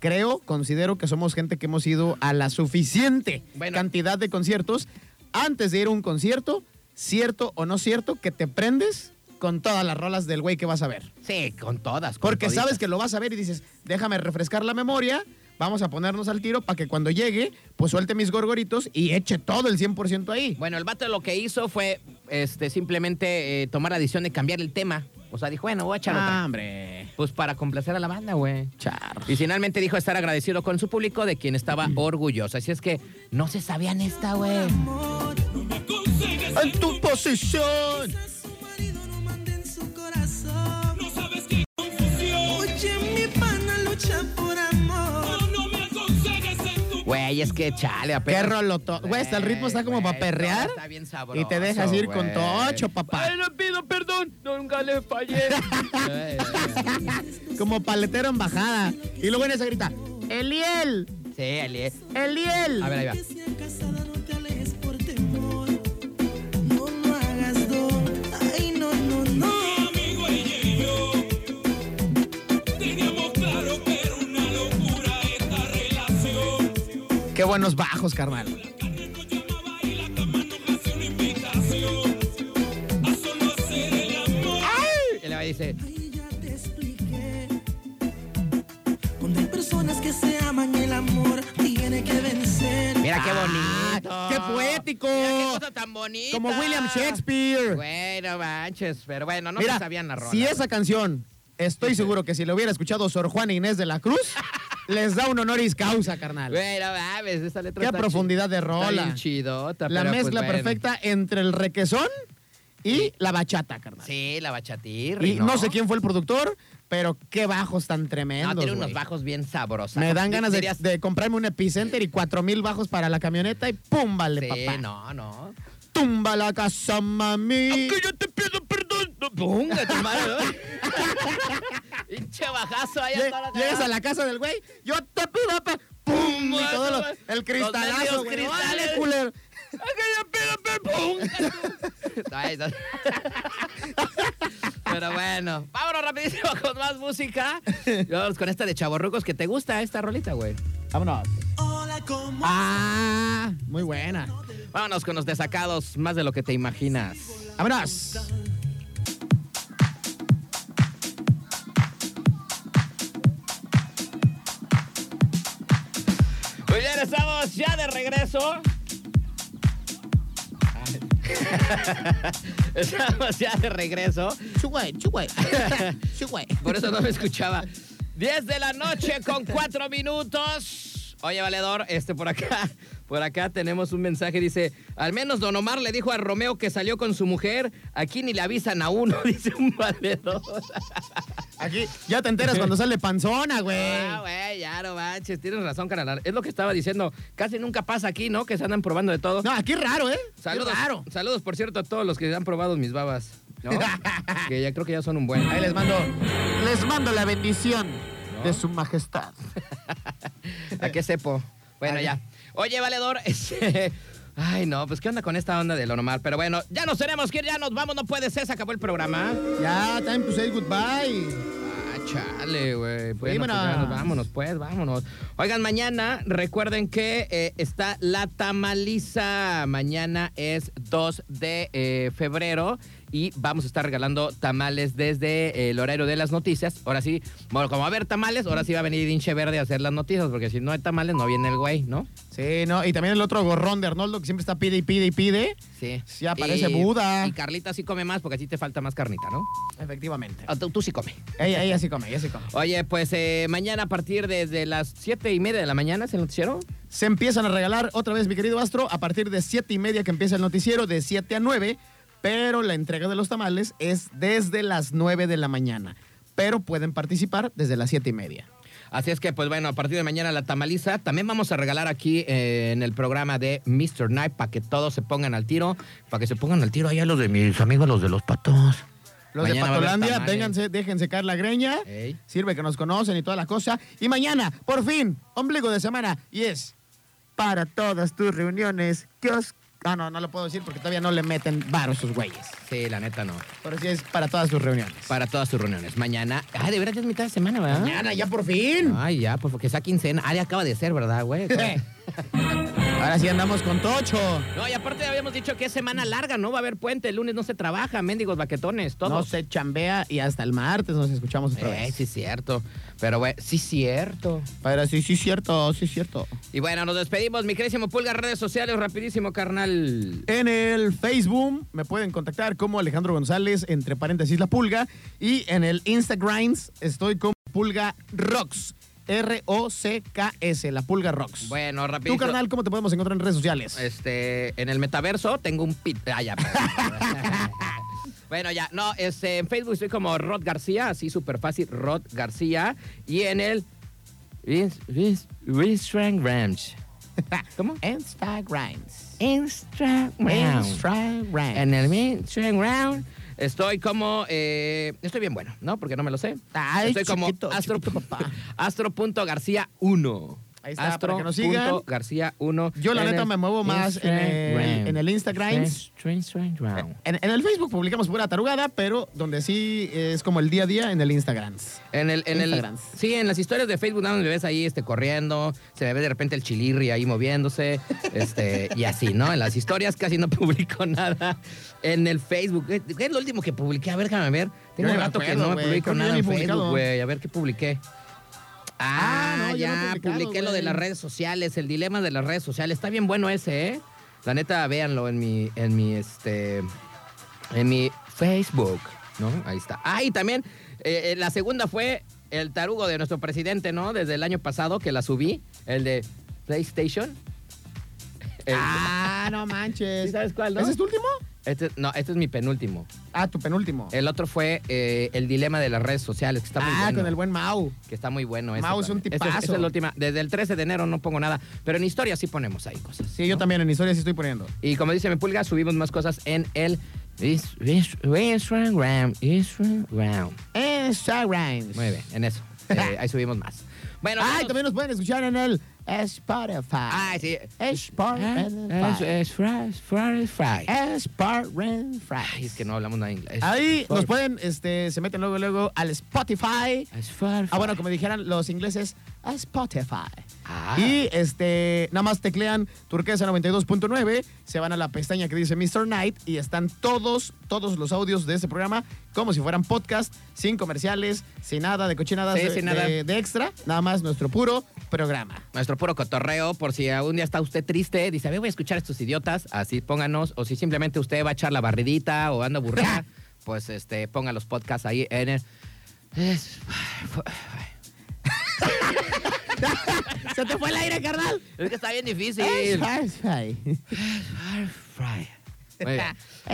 Speaker 1: creo, considero que somos gente que hemos ido a la suficiente
Speaker 2: Bueno.
Speaker 1: cantidad de conciertos antes de ir a un concierto, cierto o no cierto, que te prendes con todas las rolas del güey que vas a ver.
Speaker 2: Sí, con todas. con
Speaker 1: Porque
Speaker 2: toditas.
Speaker 1: sabes que lo vas a ver y dices, déjame refrescar la memoria, vamos a ponernos al tiro para que cuando llegue, pues suelte mis gorgoritos y eche todo el 100% ahí.
Speaker 2: Bueno, el vato lo que hizo fue este, simplemente eh, tomar la decisión de cambiar el tema. O sea, dijo, bueno, voy a echar otra.
Speaker 1: Ah, hombre.
Speaker 2: Pues para complacer a la banda, güey.
Speaker 1: Char.
Speaker 2: Y finalmente dijo estar agradecido con su público de quien estaba orgulloso. Así es que no se sabían esta, güey.
Speaker 1: En tu posición.
Speaker 6: Su marido no manda en su corazón. No sabes qué confusión. Oye, mi pana lucha por amor. No, no me aconsejes en tu
Speaker 2: Güey, es que chale,
Speaker 1: Qué
Speaker 2: apenas.
Speaker 1: roloto. Güey, hasta el ritmo está como
Speaker 2: Güey,
Speaker 1: para perrear.
Speaker 2: Está bien sabroso.
Speaker 1: Y te dejas ir con
Speaker 2: güey.
Speaker 1: tocho, papá.
Speaker 2: Ay, no pido perdón, nunca le fallé. Güey, pues,
Speaker 1: Como paletero en bajada. Y luego en esa grita, Eliel,
Speaker 2: güey. sí, Ale.
Speaker 1: Eliel.
Speaker 2: A ver, ahí va.
Speaker 6: que sea casada, no te alejes por temor. No, no hagas don. Ay, no, no, no. Mi amigo ella y yo teníamos claro que era una locura esta relación.
Speaker 1: Qué buenos bajos, carnal.
Speaker 2: Y le va y dice.
Speaker 6: Ahí ya te expliqué. Cuando hay personas que se aman, el amor tiene que vencer.
Speaker 2: Mira qué
Speaker 1: Ah,
Speaker 2: bonito.
Speaker 1: qué poético.
Speaker 2: Mira qué cosa tan bonita.
Speaker 1: Como William Shakespeare.
Speaker 2: Bueno, manches, pero bueno, no
Speaker 1: Mira,
Speaker 2: se sabían la rola.
Speaker 1: si esa canción, estoy seguro que si la hubiera escuchado Sor Juana Inés de la Cruz, les da un honoris causa, carnal.
Speaker 2: Bueno, mames, esa letra
Speaker 1: Qué
Speaker 2: está
Speaker 1: profundidad de rola.
Speaker 2: Está bien chidota,
Speaker 1: la
Speaker 2: pero, pues,
Speaker 1: mezcla
Speaker 2: bueno.
Speaker 1: perfecta entre el requesón y la bachata, carnal.
Speaker 2: Sí, la bachatirri,
Speaker 1: Y no sé quién fue el productor, pero qué bajos tan tremendos.
Speaker 2: No, Ah, tiene unos
Speaker 1: güey.
Speaker 2: bajos bien sabrosos.
Speaker 1: Me dan ganas de,
Speaker 2: Dirías,
Speaker 1: de comprarme un epicenter y cuatro mil bajos para la camioneta y pum, vale,
Speaker 2: sí,
Speaker 1: papá.
Speaker 2: no, no.
Speaker 1: Tumba la casa, mami.
Speaker 2: yo te pido perdón. No, ponga tu madre, ¿no? Pinche bajazo ahí
Speaker 1: Lle-
Speaker 2: hasta la-
Speaker 1: Llegas a la casa del güey, yo te pido, pa- pum, y todo lo- el
Speaker 2: Los medios
Speaker 1: cristalazo, güey.
Speaker 2: cristales.
Speaker 1: Órale, culero.
Speaker 2: Ay, que yo pido perdón. Ay, no. Pero bueno, vámonos rapidísimo con más música. Y Vámonos con esta de Chavorrucos que te gusta esta rolita, güey.
Speaker 1: Vámonos.
Speaker 6: Hola, ¿cómo
Speaker 1: Ah, muy buena.
Speaker 2: Vámonos con los desacados, más de lo que te imaginas.
Speaker 1: ¡Vámonos!
Speaker 2: Muy bien, estamos ya de regreso. Estamos ya de regreso.
Speaker 1: Chugüey, chugüey. Chugüey.
Speaker 2: Por eso no me escuchaba. 10 de la noche con 4 minutos. Oye, valedor, este por acá, por acá tenemos un mensaje. Dice: Al menos Don Omar le dijo a Romeo que salió con su mujer. Aquí ni le avisan a uno, dice un valedor.
Speaker 1: Aquí ya te enteras cuando sale panzona, güey.
Speaker 2: Ah, güey, ya no manches. Tienes razón, carnal. Es lo que estaba diciendo. Casi nunca pasa aquí, ¿no? Que se andan probando de todo.
Speaker 1: No, aquí es raro, ¿eh?
Speaker 2: Saludos,
Speaker 1: Claro.
Speaker 2: saludos, por cierto, a todos los que han probado mis babas. ¿no? que ya creo que ya son un buen.
Speaker 1: Ahí les mando, les mando la bendición
Speaker 2: ¿No?
Speaker 1: de su majestad.
Speaker 2: ¿A qué cepo? Bueno, ya. Oye, valedor, este, Ay, no, pues qué onda con esta onda de lo normal. Pero bueno, ya nos tenemos que ir, ya nos vamos, no puede ser, se acabó el programa.
Speaker 1: Ya, time to say goodbye.
Speaker 2: Ah, chale, güey. Bueno, pues,
Speaker 1: Vámonos.
Speaker 2: ya nos vámonos, pues, vámonos. Oigan, mañana, recuerden que eh, está la tamaliza. Mañana es 2 de eh, febrero y vamos a estar regalando tamales desde eh, el horario de las noticias. Ahora sí, bueno, como va a haber tamales, ahora sí va a venir Inche Verde a hacer las noticias, porque si no hay tamales, no viene el güey, ¿no?
Speaker 1: Sí, no, y también el otro gorrón de Arnoldo que siempre está pide y pide y pide.
Speaker 2: Sí.
Speaker 1: Sí, aparece Buda.
Speaker 2: Y Carlita sí come más, porque a ti te falta más carnita, ¿no?
Speaker 1: Efectivamente.
Speaker 2: Ah, Tú, tú sí come.
Speaker 1: Ella, ella sí come, ella sí come.
Speaker 2: Oye, pues eh, mañana a partir desde las siete y media de la mañana, ¿se lo hicieron?
Speaker 1: Se empiezan a regalar otra vez, mi querido Astro, a partir de 7 y media que empieza el noticiero, de 7 a 9, pero la entrega de los tamales es desde las 9 de la mañana. Pero pueden participar desde las 7 y media.
Speaker 2: Así es que, pues bueno, a partir de mañana la tamaliza. También vamos a regalar aquí eh, en el programa de Mr. Night para que todos se pongan al tiro. Para que se pongan al tiro allá los de mis amigos, los de los patos.
Speaker 1: Los
Speaker 2: Mañana va
Speaker 1: de
Speaker 2: a haber
Speaker 1: Patolandia,
Speaker 2: tamales.
Speaker 1: vénganse, déjense caer la greña.
Speaker 2: Ey.
Speaker 1: Sirve que nos conocen y toda la cosa. Y mañana, por fin, ombligo de semana. Y es para todas tus reuniones. que os- Ah, no, no lo puedo decir porque todavía no le meten varo a sus güeyes.
Speaker 2: Sí, la neta no.
Speaker 1: Pero sí es para todas tus reuniones. ¿Ah?
Speaker 2: Para todas sus reuniones. Mañana. Ah, de veras ya es mitad de semana, ¿verdad?
Speaker 1: Mañana, ya por fin.
Speaker 2: Ay, ya, pues porque sea quincena. Ah, ya acaba de ser, ¿verdad, güey?
Speaker 1: Ahora sí andamos con Tocho.
Speaker 2: no, y aparte habíamos dicho que es semana larga, ¿no? Va a haber puente. El lunes no se trabaja, mendigos baquetones, todos.
Speaker 1: No se chambea y hasta el martes nos escuchamos otra
Speaker 2: Eh,
Speaker 1: vez.
Speaker 2: sí, cierto. Pero, güey, sí, cierto.
Speaker 1: Pero sí, sí, cierto, sí, cierto.
Speaker 2: Y bueno, nos despedimos, mi querísimo Pulga, redes sociales, rapidísimo, carnal.
Speaker 1: En el Facebook me pueden contactar como Alejandro González, entre paréntesis la pulga. Y en el Instagram estoy como Pulga Rocks. R-O-C-K-S, la Pulga Rocks.
Speaker 2: Bueno,
Speaker 1: Tú,
Speaker 2: rapidito.
Speaker 1: carnal, ¿cómo te podemos encontrar en redes sociales?
Speaker 2: Este, en el metaverso tengo un pit. Ah, ya. Bueno, ya, no, este, en Facebook estoy como Rod García, así súper fácil, Rod García. Y en el Ins- Ins- Instagram Ranch. ¿Cómo?
Speaker 1: Instagram.
Speaker 2: Instagram.
Speaker 1: Instagram.
Speaker 2: En el Instagram estoy como, eh, estoy bien bueno, ¿no? Porque no me lo sé.
Speaker 1: Ay,
Speaker 2: estoy como
Speaker 1: chiquito,
Speaker 2: astro,
Speaker 1: chiquito, papá.
Speaker 2: astro.garcía1.
Speaker 1: Ahí está, para que nos sigan.
Speaker 2: García1.
Speaker 1: Yo, la neta, me muevo más en el- en el Instagram.
Speaker 2: Instagram.
Speaker 1: En, en el Facebook publicamos pura tarugada, pero donde sí es como el día a día en el Instagram.
Speaker 2: En el, en el,
Speaker 1: Instagram.
Speaker 2: sí, en las historias de Facebook, nada más me ves ahí este, corriendo, se me ve de repente el chilirri ahí moviéndose, este, y así, ¿no? En las historias casi no publico nada. En el Facebook, ¿qué qué es lo último que publiqué? A ver, déjame ver.
Speaker 1: Yo
Speaker 2: Tengo un
Speaker 1: ni me
Speaker 2: rato que
Speaker 1: acuerdo,
Speaker 2: no me
Speaker 1: güey.
Speaker 2: publico
Speaker 1: Creo que yo
Speaker 2: nada
Speaker 1: ni
Speaker 2: en
Speaker 1: he publicado.
Speaker 2: Facebook, güey. A ver qué publiqué. Ah,
Speaker 1: Ah, no, yo no he
Speaker 2: ya
Speaker 1: publicado,
Speaker 2: publiqué lo de
Speaker 1: güey.
Speaker 2: las redes sociales, el dilema de las redes sociales. Está bien bueno ese, ¿eh? La neta, véanlo en mi, en mi, este, en mi Facebook, ¿no? Ahí está. Ah, y también eh, eh, la segunda fue el tarugo de nuestro presidente, ¿no? Desde el año pasado que la subí, el de PlayStation. El-
Speaker 1: Ah, no manches.
Speaker 2: Eh, ¿Sí sabes cuál, no?
Speaker 1: ¿Ese es tu último?
Speaker 2: este- no, este es mi penúltimo.
Speaker 1: Ah, tu penúltimo.
Speaker 2: El otro fue eh, el dilema de las redes sociales, que está muy
Speaker 1: ah,
Speaker 2: bueno.
Speaker 1: con el buen Mau.
Speaker 2: Que está muy bueno ese
Speaker 1: Mau es un
Speaker 2: también. Ese
Speaker 1: tipazo.
Speaker 2: esa es la última. Desde el 13 de enero no pongo nada, pero en historia sí ponemos ahí cosas.
Speaker 1: Sí, yo
Speaker 2: ¿no?
Speaker 1: también en historias sí estoy poniendo.
Speaker 2: Y como dice mi pulga, subimos más cosas en el Is- Is- Instagram. Instagram.
Speaker 1: Instagram.
Speaker 2: Muy bien, en eso. Eh, ahí subimos más. Bueno,
Speaker 1: Ay,
Speaker 2: vámonos.
Speaker 1: también nos pueden escuchar en el Spotify.
Speaker 2: Ah, sí. Ah,
Speaker 1: Spotify.
Speaker 2: es eh. fry, fry, fry. Ay,
Speaker 1: Spotify.
Speaker 2: es que no hablamos nada de inglés.
Speaker 1: Ahí nos pueden, este, se meten luego, luego al Spotify.
Speaker 2: Es fry,
Speaker 1: Ah,
Speaker 2: fry.
Speaker 1: bueno, como dijeran los ingleses, a Spotify.
Speaker 2: Ah.
Speaker 1: Y este, nada más teclean turquesa 92.9, se van a la pestaña que dice Mr. Night y están todos, todos los audios de este programa como si fueran podcast, sin comerciales, sin nada de cochinadas
Speaker 2: Sí,
Speaker 1: de,
Speaker 2: sin nada.
Speaker 1: de- de extra, nada más nuestro puro programa.
Speaker 2: Nuestro puro cotorreo, por si algún día está usted triste, dice, a ver, voy a escuchar a estos idiotas, así pónganos, o si simplemente usted va a echar la barridita o anda aburrida, pues este, ponga los podcasts ahí en el... Es-
Speaker 1: ¡Se te fue el aire, carnal!
Speaker 2: Es que está bien difícil.
Speaker 1: Spotify.
Speaker 2: Muy bien.
Speaker 1: Es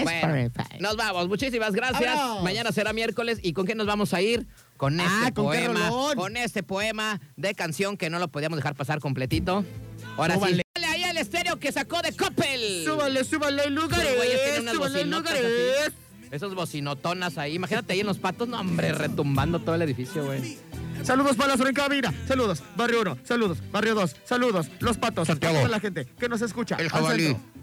Speaker 2: Bueno,
Speaker 1: Spotify.
Speaker 2: nos vamos, muchísimas gracias.
Speaker 1: ¡Vámonos!
Speaker 2: Mañana será miércoles. ¿Y con qué nos vamos a ir? Con este
Speaker 1: Ah, ¿con qué
Speaker 2: poema.
Speaker 1: rolón?
Speaker 2: con este poema de canción que no lo podíamos dejar pasar completito. Ahora
Speaker 1: Súbale.
Speaker 2: sí. Dale ahí el estéreo que sacó de Coppel.
Speaker 1: Súbale, súbale, lugares.
Speaker 2: Los güeyes tienen unas
Speaker 1: súbale, eh,
Speaker 2: bocinotas así.
Speaker 1: lugares.
Speaker 2: Esos bocinotonas ahí. Imagínate ahí en los patos, no, hombre, retumbando todo el edificio, güey.
Speaker 1: Saludos para la zona en cabina. Saludos, barrio 1. Saludos, barrio 2. Saludos, los patos.
Speaker 2: Santiago.
Speaker 1: Saludos a la gente que nos escucha.
Speaker 2: El
Speaker 1: al
Speaker 2: jabalí.
Speaker 1: centro,